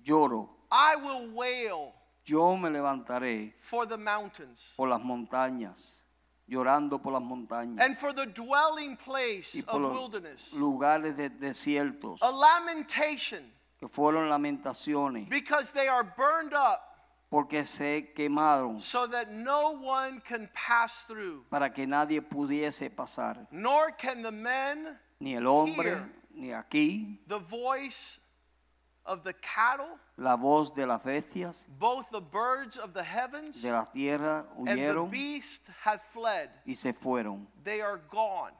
[SPEAKER 2] lloro,
[SPEAKER 1] I will wail
[SPEAKER 2] yo me levantaré
[SPEAKER 1] for the mountains
[SPEAKER 2] por las montañas, llorando por las montañas
[SPEAKER 1] and for the dwelling place
[SPEAKER 2] y por
[SPEAKER 1] of
[SPEAKER 2] los
[SPEAKER 1] wilderness.
[SPEAKER 2] lugares de desiertos
[SPEAKER 1] A lamentation
[SPEAKER 2] que fueron lamentaciones
[SPEAKER 1] because they are burned up
[SPEAKER 2] porque se quemaron
[SPEAKER 1] so that no one can pass through
[SPEAKER 2] para que nadie pudiese pasar,
[SPEAKER 1] nor can the men
[SPEAKER 2] ni el hombre,
[SPEAKER 1] Here.
[SPEAKER 2] ni aquí,
[SPEAKER 1] the voice of the cattle
[SPEAKER 2] la voz de las bestias
[SPEAKER 1] both the birds of the heavens
[SPEAKER 2] de la tierra
[SPEAKER 1] and the
[SPEAKER 2] huyeron
[SPEAKER 1] beast have fled
[SPEAKER 2] y se fueron,
[SPEAKER 1] they are gone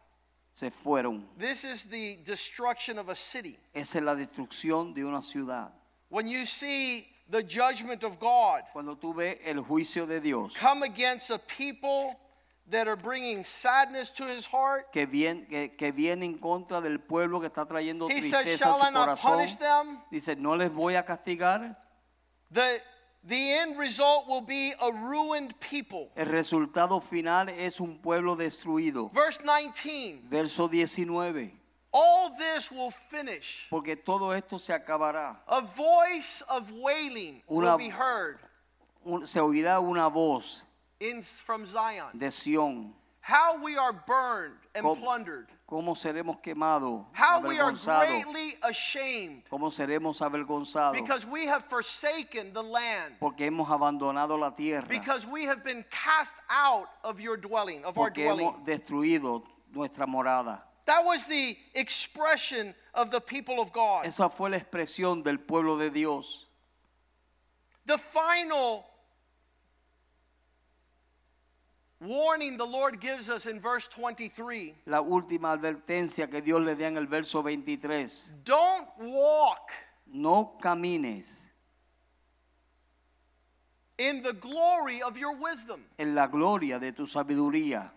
[SPEAKER 2] se fueron.
[SPEAKER 1] this is the destruction of a city
[SPEAKER 2] Esa es la destrucción de una ciudad.
[SPEAKER 1] when you see the judgment of god
[SPEAKER 2] Cuando tú ves el juicio de Dios
[SPEAKER 1] come against a people that are bringing sadness to his heart
[SPEAKER 2] que viene, que, que viene en contra del pueblo que está trayendo
[SPEAKER 1] he says
[SPEAKER 2] tristeza
[SPEAKER 1] shall
[SPEAKER 2] a
[SPEAKER 1] i
[SPEAKER 2] su
[SPEAKER 1] not
[SPEAKER 2] corazón,
[SPEAKER 1] punish them
[SPEAKER 2] dice, no les voy a castigar.
[SPEAKER 1] The, the end result will be a ruined people.
[SPEAKER 2] El resultado final es un pueblo destruido.
[SPEAKER 1] Verse 19
[SPEAKER 2] Verso 19.
[SPEAKER 1] All this will finish.
[SPEAKER 2] porque todo esto se acabará.
[SPEAKER 1] A voice of wailing
[SPEAKER 2] Una-
[SPEAKER 1] will be heard
[SPEAKER 2] Un- Se oirá una voz
[SPEAKER 1] in, from Zion.
[SPEAKER 2] de Sión,
[SPEAKER 1] How we are burned and
[SPEAKER 2] Cómo-
[SPEAKER 1] plundered.
[SPEAKER 2] cómo seremos quemados,
[SPEAKER 1] How we are
[SPEAKER 2] avergonzados,
[SPEAKER 1] greatly ashamed
[SPEAKER 2] cómo seremos avergonzados,
[SPEAKER 1] because we have forsaken the land.
[SPEAKER 2] porque hemos abandonado la tierra,
[SPEAKER 1] Because we have been cast out of your dwelling, of our
[SPEAKER 2] porque
[SPEAKER 1] dwelling.
[SPEAKER 2] hemos destruido nuestra morada.
[SPEAKER 1] That was the expression of the people of God.
[SPEAKER 2] Esa fue la expresión del pueblo de Dios.
[SPEAKER 1] The final warning the Lord gives us in verse 23
[SPEAKER 2] La última advertencia que Dios le da en el verso 23.
[SPEAKER 1] don't walk
[SPEAKER 2] No camines
[SPEAKER 1] in the glory of your wisdom.
[SPEAKER 2] en la gloria de tu sabiduría,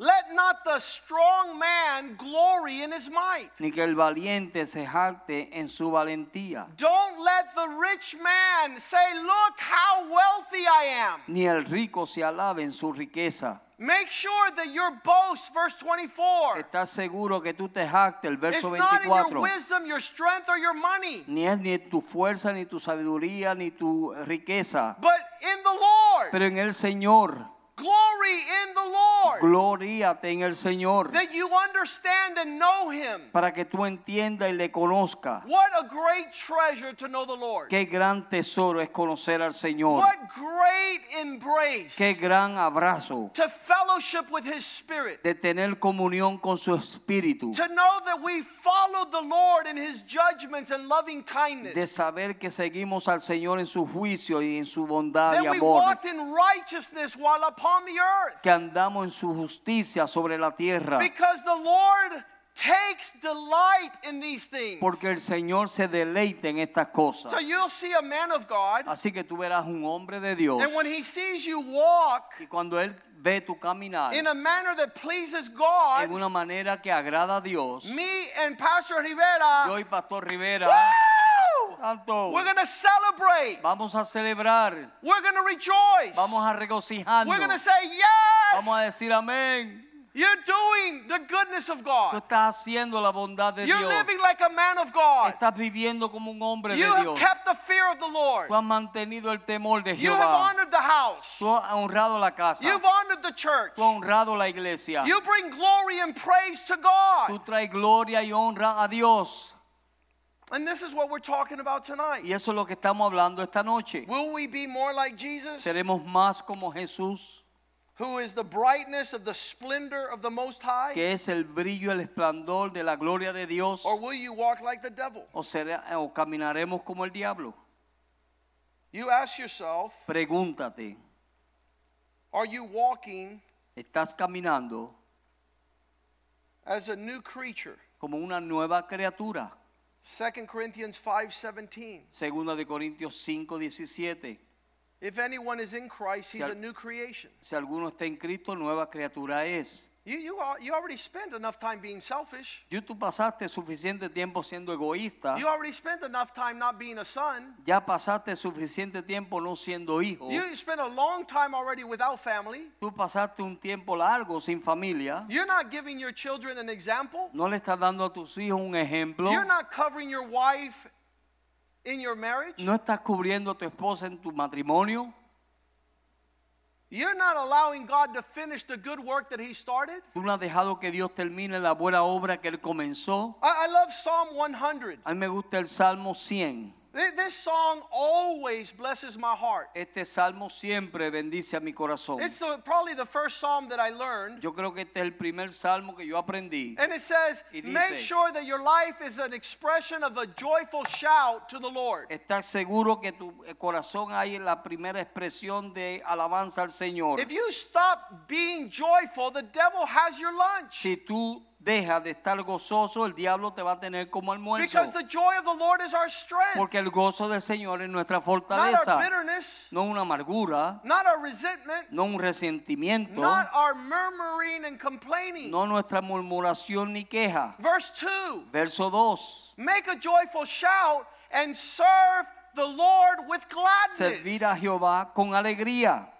[SPEAKER 1] Let not the strong man glory in his might.
[SPEAKER 2] ni que el valiente se jacte en su valentía,
[SPEAKER 1] Don't let the rich man say, Look how wealthy I am.
[SPEAKER 2] ni el rico se alabe en su riqueza.
[SPEAKER 1] Make sure that your boast, verse 24,
[SPEAKER 2] Estás seguro que tú te jactes, el
[SPEAKER 1] it's
[SPEAKER 2] verso
[SPEAKER 1] not in your
[SPEAKER 2] 24.
[SPEAKER 1] wisdom, your strength, or your money,
[SPEAKER 2] Ni es ni tu fuerza, ni tu sabiduría, ni tu riqueza,
[SPEAKER 1] but in the Lord.
[SPEAKER 2] pero en el Señor.
[SPEAKER 1] Glory in the Lord.
[SPEAKER 2] Gloríate en el Señor,
[SPEAKER 1] that you understand and know him.
[SPEAKER 2] para que tú entiendas y le conozcas.
[SPEAKER 1] What a great treasure to know the Lord.
[SPEAKER 2] Qué gran tesoro es conocer al Señor.
[SPEAKER 1] What great embrace
[SPEAKER 2] Qué gran abrazo
[SPEAKER 1] to fellowship with his spirit.
[SPEAKER 2] de tener comunión con su espíritu,
[SPEAKER 1] To know that we followed the Lord in his judgments and loving
[SPEAKER 2] de
[SPEAKER 1] kindness.
[SPEAKER 2] saber que seguimos al Señor en su juicio y en su bondad y
[SPEAKER 1] That we
[SPEAKER 2] amor,
[SPEAKER 1] walked in righteousness while upon the earth.
[SPEAKER 2] que andamos en su justicia sobre la tierra,
[SPEAKER 1] Because the Lord takes delight in these things.
[SPEAKER 2] porque el Señor se deleita en estas cosas.
[SPEAKER 1] So you'll see a man of God,
[SPEAKER 2] Así que tú verás un hombre de Ah, Dios
[SPEAKER 1] and when he sees you walk
[SPEAKER 2] y cuando él ve tu caminar
[SPEAKER 1] in a manner that pleases God,
[SPEAKER 2] en una manera que agrada a Dios,
[SPEAKER 1] me and Pastor
[SPEAKER 2] yo
[SPEAKER 1] Rivera,
[SPEAKER 2] y Ah, Pastor Rivera,
[SPEAKER 1] woo!
[SPEAKER 2] Santo,
[SPEAKER 1] we're going to celebrate.
[SPEAKER 2] vamos a celebrar,
[SPEAKER 1] We're going to rejoice.
[SPEAKER 2] vamos a regocijarnos,
[SPEAKER 1] We're going to say,
[SPEAKER 2] vamos a
[SPEAKER 1] Yes,
[SPEAKER 2] decir amén.
[SPEAKER 1] you're doing the goodness of
[SPEAKER 2] Tú
[SPEAKER 1] God.
[SPEAKER 2] estás haciendo la bondad de
[SPEAKER 1] You're
[SPEAKER 2] Dios.
[SPEAKER 1] living like a man of God.
[SPEAKER 2] Estás viviendo como un hombre
[SPEAKER 1] You
[SPEAKER 2] de
[SPEAKER 1] have
[SPEAKER 2] Dios.
[SPEAKER 1] kept the fear of the Lord.
[SPEAKER 2] Tú has mantenido el temor de
[SPEAKER 1] You have
[SPEAKER 2] Jehová.
[SPEAKER 1] honored the house.
[SPEAKER 2] Tú has honrado la casa.
[SPEAKER 1] You've honored the church.
[SPEAKER 2] Tú has honrado la iglesia.
[SPEAKER 1] You bring glory and praise to God.
[SPEAKER 2] Tú traes gloria y honra a Dios.
[SPEAKER 1] And this is what we're talking about tonight.
[SPEAKER 2] Y eso es lo que estamos hablando esta noche.
[SPEAKER 1] Will we be more like Jesus,
[SPEAKER 2] Seremos más como Jesús,
[SPEAKER 1] who is the brightness of the splendor of the Most High?
[SPEAKER 2] que es el brillo, el esplendor de la gloria de Dios.
[SPEAKER 1] Or will you walk like the devil?
[SPEAKER 2] O, será- o caminaremos como el diablo.
[SPEAKER 1] You ask yourself,
[SPEAKER 2] Pregúntate,
[SPEAKER 1] are you walking
[SPEAKER 2] ¿estás caminando
[SPEAKER 1] as a new creature?
[SPEAKER 2] como una nueva criatura?
[SPEAKER 1] 2 Corinthians 5:17.
[SPEAKER 2] Segunda de Corintios 5, 17.
[SPEAKER 1] If anyone is in Christ, he's
[SPEAKER 2] Si al-
[SPEAKER 1] a new creation.
[SPEAKER 2] Si alguno está en Cristo, nueva criatura es.
[SPEAKER 1] You, you, al- you already spent enough time being selfish.
[SPEAKER 2] Y tú pasaste suficiente tiempo siendo egoísta.
[SPEAKER 1] You already spent enough time not being a son.
[SPEAKER 2] Ya pasaste suficiente tiempo no siendo hijo.
[SPEAKER 1] You spent a long time already without family.
[SPEAKER 2] Tú pasaste un tiempo largo sin familia.
[SPEAKER 1] You're not giving your children an example.
[SPEAKER 2] No le estás dando a tus hijos un ejemplo.
[SPEAKER 1] You're not covering your wife in your marriage.
[SPEAKER 2] No estás cubriendo a tu esposa en tu matrimonio.
[SPEAKER 1] You're not allowing God to finish the good work that He started.
[SPEAKER 2] Tú no has dejado que Dios termine la buena obra que Él comenzó.
[SPEAKER 1] I, I love Psalm 100.
[SPEAKER 2] A mí me gusta el Salmo 100.
[SPEAKER 1] Th- This song always blesses my heart.
[SPEAKER 2] Este salmo siempre bendice a mi corazón.
[SPEAKER 1] It's the, probably the first psalm that I learned.
[SPEAKER 2] Yo creo que este es el primer salmo que yo aprendí.
[SPEAKER 1] And it says,
[SPEAKER 2] Y dice-
[SPEAKER 1] make sure that your life is an expression of a joyful shout to the Lord.
[SPEAKER 2] Estás seguro que tu eh, corazón hay en la primera expresión de alabanza al Señor.
[SPEAKER 1] If you stop being joyful, the devil has your lunch.
[SPEAKER 2] Si tú dejas de estar gozoso, el diablo te va a tener como almuerzo.
[SPEAKER 1] Because the joy of the Lord is our strength,
[SPEAKER 2] Porque el gozo del Señor es nuestra
[SPEAKER 1] not our
[SPEAKER 2] fortaleza.
[SPEAKER 1] bitterness,
[SPEAKER 2] No una amargura,
[SPEAKER 1] not our resentment,
[SPEAKER 2] no un resentimiento,
[SPEAKER 1] not our murmuring and complaining.
[SPEAKER 2] no nuestra murmuración ni queja.
[SPEAKER 1] Verse 2
[SPEAKER 2] Verso 2.
[SPEAKER 1] Make a joyful shout and serve the Lord with
[SPEAKER 2] Servir a
[SPEAKER 1] gladness.
[SPEAKER 2] Jehová con alegría.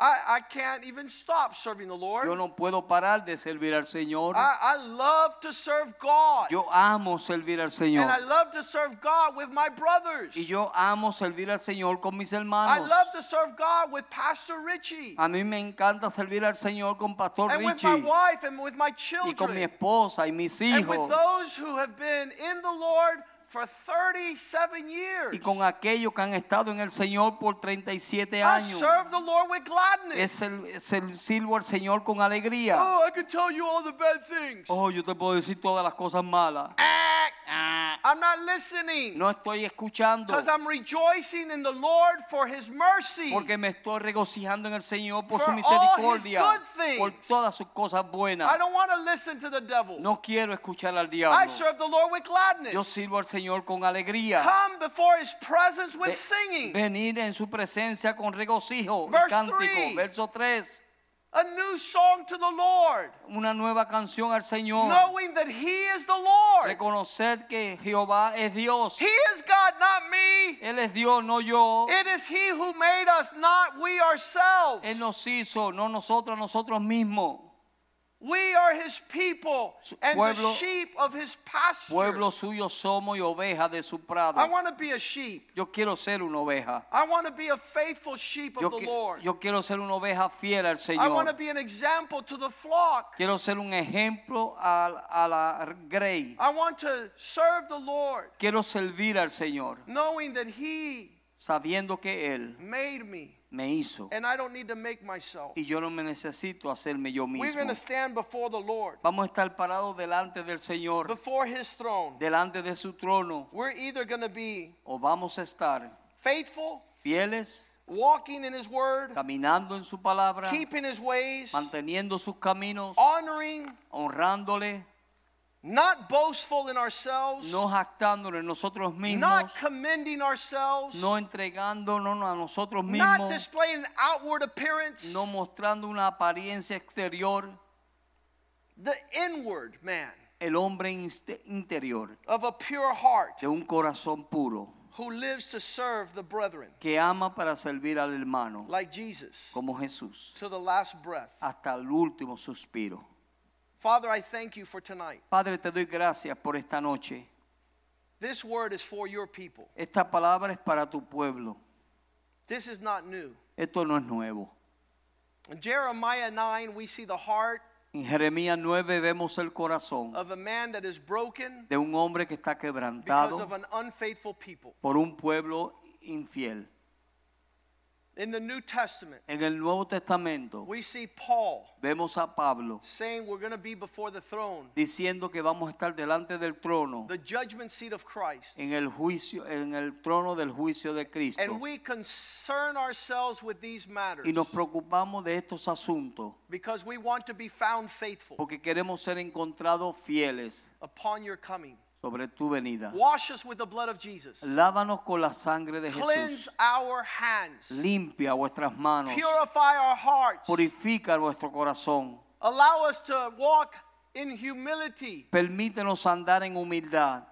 [SPEAKER 1] I, I can't even stop serving the Lord.
[SPEAKER 2] Yo no puedo parar de servir al Señor.
[SPEAKER 1] I, I love to serve God.
[SPEAKER 2] Yo amo servir al
[SPEAKER 1] and I
[SPEAKER 2] Señor.
[SPEAKER 1] love to serve God with my brothers.
[SPEAKER 2] Y yo amo servir al Señor con mis
[SPEAKER 1] I
[SPEAKER 2] hermanos.
[SPEAKER 1] love to serve God with Pastor Richie.
[SPEAKER 2] A mí me encanta servir al Señor con Pastor
[SPEAKER 1] and with my
[SPEAKER 2] Richie
[SPEAKER 1] wife and with my
[SPEAKER 2] y con mi
[SPEAKER 1] children.
[SPEAKER 2] esposa y mis
[SPEAKER 1] And with
[SPEAKER 2] hijos
[SPEAKER 1] those who have been in the Lord for 37 years.
[SPEAKER 2] y con aquellos que han estado en el Señor por 37
[SPEAKER 1] I
[SPEAKER 2] años.
[SPEAKER 1] serve the Lord with
[SPEAKER 2] Es
[SPEAKER 1] gladness.
[SPEAKER 2] el, es el- sirvo al Señor con alegría.
[SPEAKER 1] Oh, I can tell you all the bad things.
[SPEAKER 2] Oh, yo te puedo decir todas las cosas malas.
[SPEAKER 1] Ah,
[SPEAKER 2] Ah,
[SPEAKER 1] I'm not listening
[SPEAKER 2] No estoy escuchando
[SPEAKER 1] because I'm rejoicing in the Lord for his mercy.
[SPEAKER 2] porque me estoy regocijando en el Señor por su
[SPEAKER 1] For all his
[SPEAKER 2] misericordia,
[SPEAKER 1] good things.
[SPEAKER 2] por todas sus cosas buenas.
[SPEAKER 1] I don't want to listen to the devil.
[SPEAKER 2] No quiero escuchar al
[SPEAKER 1] I
[SPEAKER 2] diablo.
[SPEAKER 1] serve the Lord with
[SPEAKER 2] Yo
[SPEAKER 1] gladness.
[SPEAKER 2] sirvo al Señor con alegría.
[SPEAKER 1] Come before his presence with
[SPEAKER 2] Ve-
[SPEAKER 1] singing.
[SPEAKER 2] Venir en su presencia con regocijo. y
[SPEAKER 1] Verse
[SPEAKER 2] cántico.
[SPEAKER 1] three.
[SPEAKER 2] Verso 3.
[SPEAKER 1] A new song to the Lord,
[SPEAKER 2] Una nueva canción al Señor.
[SPEAKER 1] knowing that he is the Lord.
[SPEAKER 2] Reconocer que Jehová es Dios.
[SPEAKER 1] He is God, not me.
[SPEAKER 2] Él es Dios, no yo.
[SPEAKER 1] It is he who made us, not we ourselves.
[SPEAKER 2] Él nos hizo, no nosotros, nosotros mismos.
[SPEAKER 1] We are his people
[SPEAKER 2] Su
[SPEAKER 1] and the
[SPEAKER 2] pueblo-
[SPEAKER 1] sheep of his pasture.
[SPEAKER 2] Pueblo suyo somos y oveja de su prado.
[SPEAKER 1] I want to be a sheep.
[SPEAKER 2] Yo quiero ser una oveja.
[SPEAKER 1] I want to be a faithful sheep of
[SPEAKER 2] Yo,
[SPEAKER 1] the
[SPEAKER 2] qui-
[SPEAKER 1] Lord.
[SPEAKER 2] yo quiero ser una oveja fiel al
[SPEAKER 1] I want to
[SPEAKER 2] Señor.
[SPEAKER 1] be an example to the flock.
[SPEAKER 2] Quiero ser un ejemplo al- a, la Grey.
[SPEAKER 1] I want to serve the Lord,
[SPEAKER 2] Quiero servir al Señor,
[SPEAKER 1] knowing that he
[SPEAKER 2] sabiendo que Él
[SPEAKER 1] made me
[SPEAKER 2] me hizo
[SPEAKER 1] and I don't need to make myself.
[SPEAKER 2] y yo no me necesito hacerme yo
[SPEAKER 1] We're
[SPEAKER 2] mismo.
[SPEAKER 1] going to stand before the Lord,
[SPEAKER 2] Vamos a estar parados delante del Señor,
[SPEAKER 1] before his throne.
[SPEAKER 2] delante de su trono,
[SPEAKER 1] We're either going to be
[SPEAKER 2] o vamos a estar
[SPEAKER 1] faithful,
[SPEAKER 2] fieles,
[SPEAKER 1] walking in his word,
[SPEAKER 2] caminando en su palabra,
[SPEAKER 1] keeping his ways,
[SPEAKER 2] manteniendo sus caminos,
[SPEAKER 1] honoring,
[SPEAKER 2] honrándole,
[SPEAKER 1] not boastful in ourselves.
[SPEAKER 2] no jactándonos en nosotros mismos,
[SPEAKER 1] not commending ourselves,
[SPEAKER 2] no entregándonos a nosotros
[SPEAKER 1] not
[SPEAKER 2] mismos,
[SPEAKER 1] displaying outward appearance,
[SPEAKER 2] no mostrando una apariencia exterior,
[SPEAKER 1] the inward man
[SPEAKER 2] el hombre inste- interior
[SPEAKER 1] of a pure heart
[SPEAKER 2] de un corazón puro
[SPEAKER 1] who lives to serve the brethren,
[SPEAKER 2] que ama para servir al hermano,
[SPEAKER 1] like Jesus,
[SPEAKER 2] como Jesús,
[SPEAKER 1] to the last breath.
[SPEAKER 2] hasta el último suspiro.
[SPEAKER 1] Father, I thank you for tonight.
[SPEAKER 2] Padre, te doy gracias por esta noche.
[SPEAKER 1] This word is for your people.
[SPEAKER 2] Esta palabra es para tu pueblo.
[SPEAKER 1] This is not new.
[SPEAKER 2] Esto no es nuevo.
[SPEAKER 1] In Jeremiah 9, we see the heart
[SPEAKER 2] En Jeremías 9 vemos el corazón
[SPEAKER 1] of a man that is broken
[SPEAKER 2] de un hombre que está
[SPEAKER 1] because of
[SPEAKER 2] quebrantado
[SPEAKER 1] an unfaithful people.
[SPEAKER 2] por un pueblo infiel.
[SPEAKER 1] In the New Testament,
[SPEAKER 2] En el Nuevo Testamento
[SPEAKER 1] we see Paul
[SPEAKER 2] vemos a Pablo
[SPEAKER 1] saying we're going to be before the throne,
[SPEAKER 2] diciendo que vamos a estar delante del trono,
[SPEAKER 1] the judgment seat of Christ.
[SPEAKER 2] en el juicio, en el trono del juicio de Cristo.
[SPEAKER 1] And we concern ourselves with these matters
[SPEAKER 2] Y nos preocupamos de estos asuntos
[SPEAKER 1] because we want to be found faithful
[SPEAKER 2] porque queremos ser encontrados fieles
[SPEAKER 1] upon your coming.
[SPEAKER 2] sobre tu venida.
[SPEAKER 1] Wash us with the blood of Jesus.
[SPEAKER 2] Lávanos con la sangre de
[SPEAKER 1] Cleanse
[SPEAKER 2] Jesús.
[SPEAKER 1] our hands.
[SPEAKER 2] Limpia vuestras manos.
[SPEAKER 1] Purify our hearts.
[SPEAKER 2] Purifica vuestro corazón.
[SPEAKER 1] Allow us to walk in humility,
[SPEAKER 2] Permítenos andar en humildad,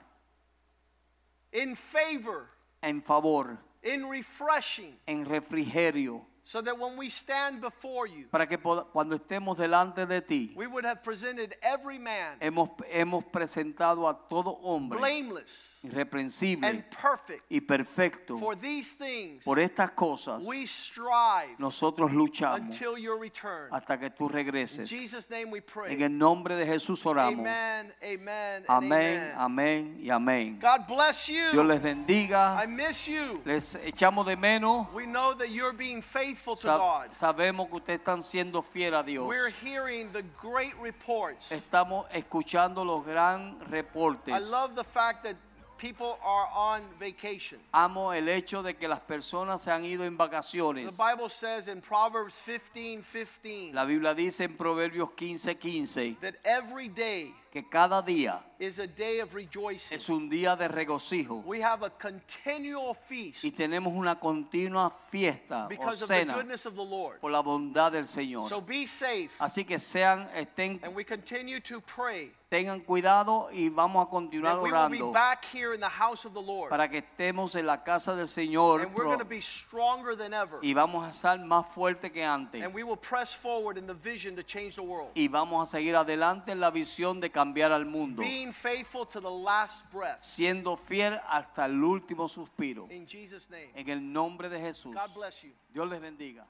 [SPEAKER 1] in favor,
[SPEAKER 2] en favor,
[SPEAKER 1] in refreshing,
[SPEAKER 2] en refrigerio,
[SPEAKER 1] so that when we stand before you,
[SPEAKER 2] para que poda- cuando estemos delante de ti,
[SPEAKER 1] we would have presented every man
[SPEAKER 2] hemos, hemos presentado a todo hombre
[SPEAKER 1] blameless
[SPEAKER 2] irreprensible
[SPEAKER 1] and perfect.
[SPEAKER 2] y perfecto.
[SPEAKER 1] For these things,
[SPEAKER 2] Por estas cosas
[SPEAKER 1] we strive
[SPEAKER 2] nosotros luchamos
[SPEAKER 1] until your return.
[SPEAKER 2] hasta que tú
[SPEAKER 1] In
[SPEAKER 2] regreses.
[SPEAKER 1] Jesus' name we
[SPEAKER 2] En
[SPEAKER 1] pray.
[SPEAKER 2] el nombre de Jesús oramos.
[SPEAKER 1] Amen, amen, and
[SPEAKER 2] Amén,
[SPEAKER 1] amen.
[SPEAKER 2] amén y amén.
[SPEAKER 1] God bless you.
[SPEAKER 2] Dios les bendiga.
[SPEAKER 1] I miss you.
[SPEAKER 2] Les echamos de menos.
[SPEAKER 1] We know that you're being faithful to
[SPEAKER 2] Sa-
[SPEAKER 1] God.
[SPEAKER 2] sabemos que ustedes están siendo fiel a Dios.
[SPEAKER 1] We're hearing the great reports.
[SPEAKER 2] Estamos escuchando los gran
[SPEAKER 1] I
[SPEAKER 2] reportes.
[SPEAKER 1] love the fact that people are on vacation.
[SPEAKER 2] Amo el hecho de que las personas se han ido en
[SPEAKER 1] The
[SPEAKER 2] vacaciones.
[SPEAKER 1] Bible says in Proverbs 15, 15
[SPEAKER 2] La Biblia dice en Proverbios 15:15
[SPEAKER 1] that every day
[SPEAKER 2] que cada día
[SPEAKER 1] is a day of rejoicing.
[SPEAKER 2] es un día de regocijo
[SPEAKER 1] We have a continual
[SPEAKER 2] y
[SPEAKER 1] feast
[SPEAKER 2] tenemos una continua fiesta o
[SPEAKER 1] because of the
[SPEAKER 2] cena
[SPEAKER 1] goodness of the Lord.
[SPEAKER 2] por la bondad del Señor.
[SPEAKER 1] So be safe
[SPEAKER 2] Así que sean, estén,
[SPEAKER 1] and we continue to pray
[SPEAKER 2] tengan cuidado y vamos a continuar
[SPEAKER 1] that we will be
[SPEAKER 2] orando
[SPEAKER 1] back here in the house of the Lord
[SPEAKER 2] para que estemos en la casa del Señor
[SPEAKER 1] and we're
[SPEAKER 2] pro-
[SPEAKER 1] going to be stronger than ever
[SPEAKER 2] y vamos a estar más fuerte que antes
[SPEAKER 1] and we will press forward in the vision to change the world.
[SPEAKER 2] y vamos a seguir adelante en la visión de cambiar al mundo,
[SPEAKER 1] Being faithful to the last breath
[SPEAKER 2] siendo fiel hasta el último suspiro.
[SPEAKER 1] in Jesus' name.
[SPEAKER 2] En el nombre de Jesús.
[SPEAKER 1] God bless you.
[SPEAKER 2] Dios les bendiga.